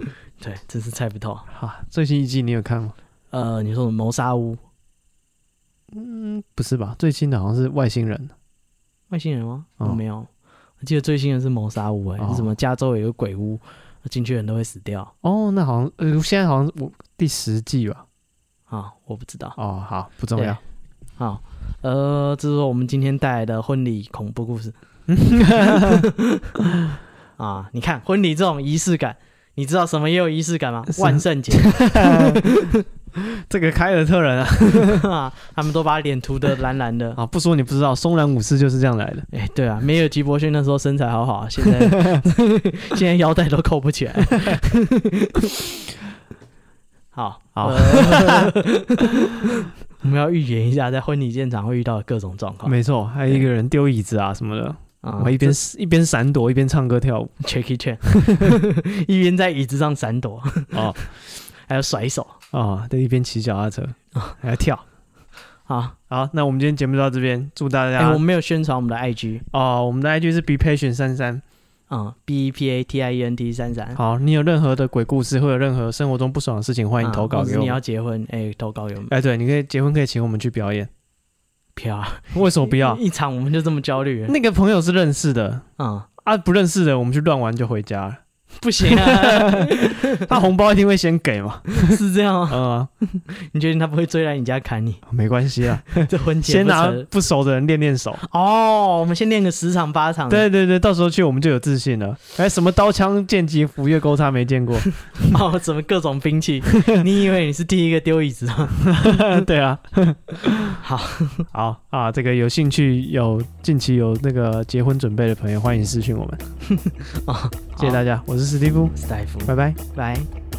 对，真是猜不透。好，最新一季你有看吗？呃，你说什么谋杀屋？嗯，不是吧？最新的好像是外星人外星人吗？哦哦、没有，我记得最新的是谋杀屋、欸，哦是什么加州有个鬼屋，进去的人都会死掉哦，那好像呃，现在好像我第十季吧。啊，我不知道。哦，好，不重要。好，呃，这是我们今天带来的婚礼恐怖 故事。 啊，你看婚礼这种仪式感，你知道什么也有仪式感吗？是万圣节， 这个凯尔特人啊， 他们都把脸涂得蓝蓝的。 啊，不说你不知道，松兰武士就是这样来的。哎、对啊，没有吉伯逊那时候身材好好，现在 现在腰带都扣不起来。 好好呃 我们要预言一下在婚礼现场会遇到的各种状况。没错，还有一个人丢椅子啊什么的，啊我一边一边闪躲，一边唱歌跳舞。 Jackie Chan，一 边在椅子上闪躲， 哦还有甩手哦，对，一边骑脚踏车，哦还要跳。啊！好，那我们今天节目就到这边，祝大哎、家我们没有宣传我们的 IG 哦，我们的 IG 是 be patient 三三。啊、b E P A T I E N T 三三，好，你有任何的鬼故事，或者任何生活中不爽的事情，欢迎投啊稿或者给是我你要们。结婚，哎、投稿有没有？哎，对，你可以结婚可以请我们去表演，票啊，为什么不 要？一场我们就这么焦虑了那个朋友是认识的啊、啊，不认识的我们去乱玩就回家了。不行 啊，他红包一定会先给嘛，是这样吗？嗯啊，你确定他不会追来你家砍 你？没关系啊，这婚前先拿不熟的人练练手。哦，我们先练个十场八场。，对对对，到时候去我们就有自信了。哎，什么刀枪剑戟斧钺钩叉没见过？哦，怎么各种兵 器？你以为你是第一个丢椅子吗？对啊，好好啊，这个有兴趣有近期有那个结婚准备的朋友，欢迎私讯我们。哦，谢谢大家，家，我是史蒂夫，史大夫，拜拜。拜。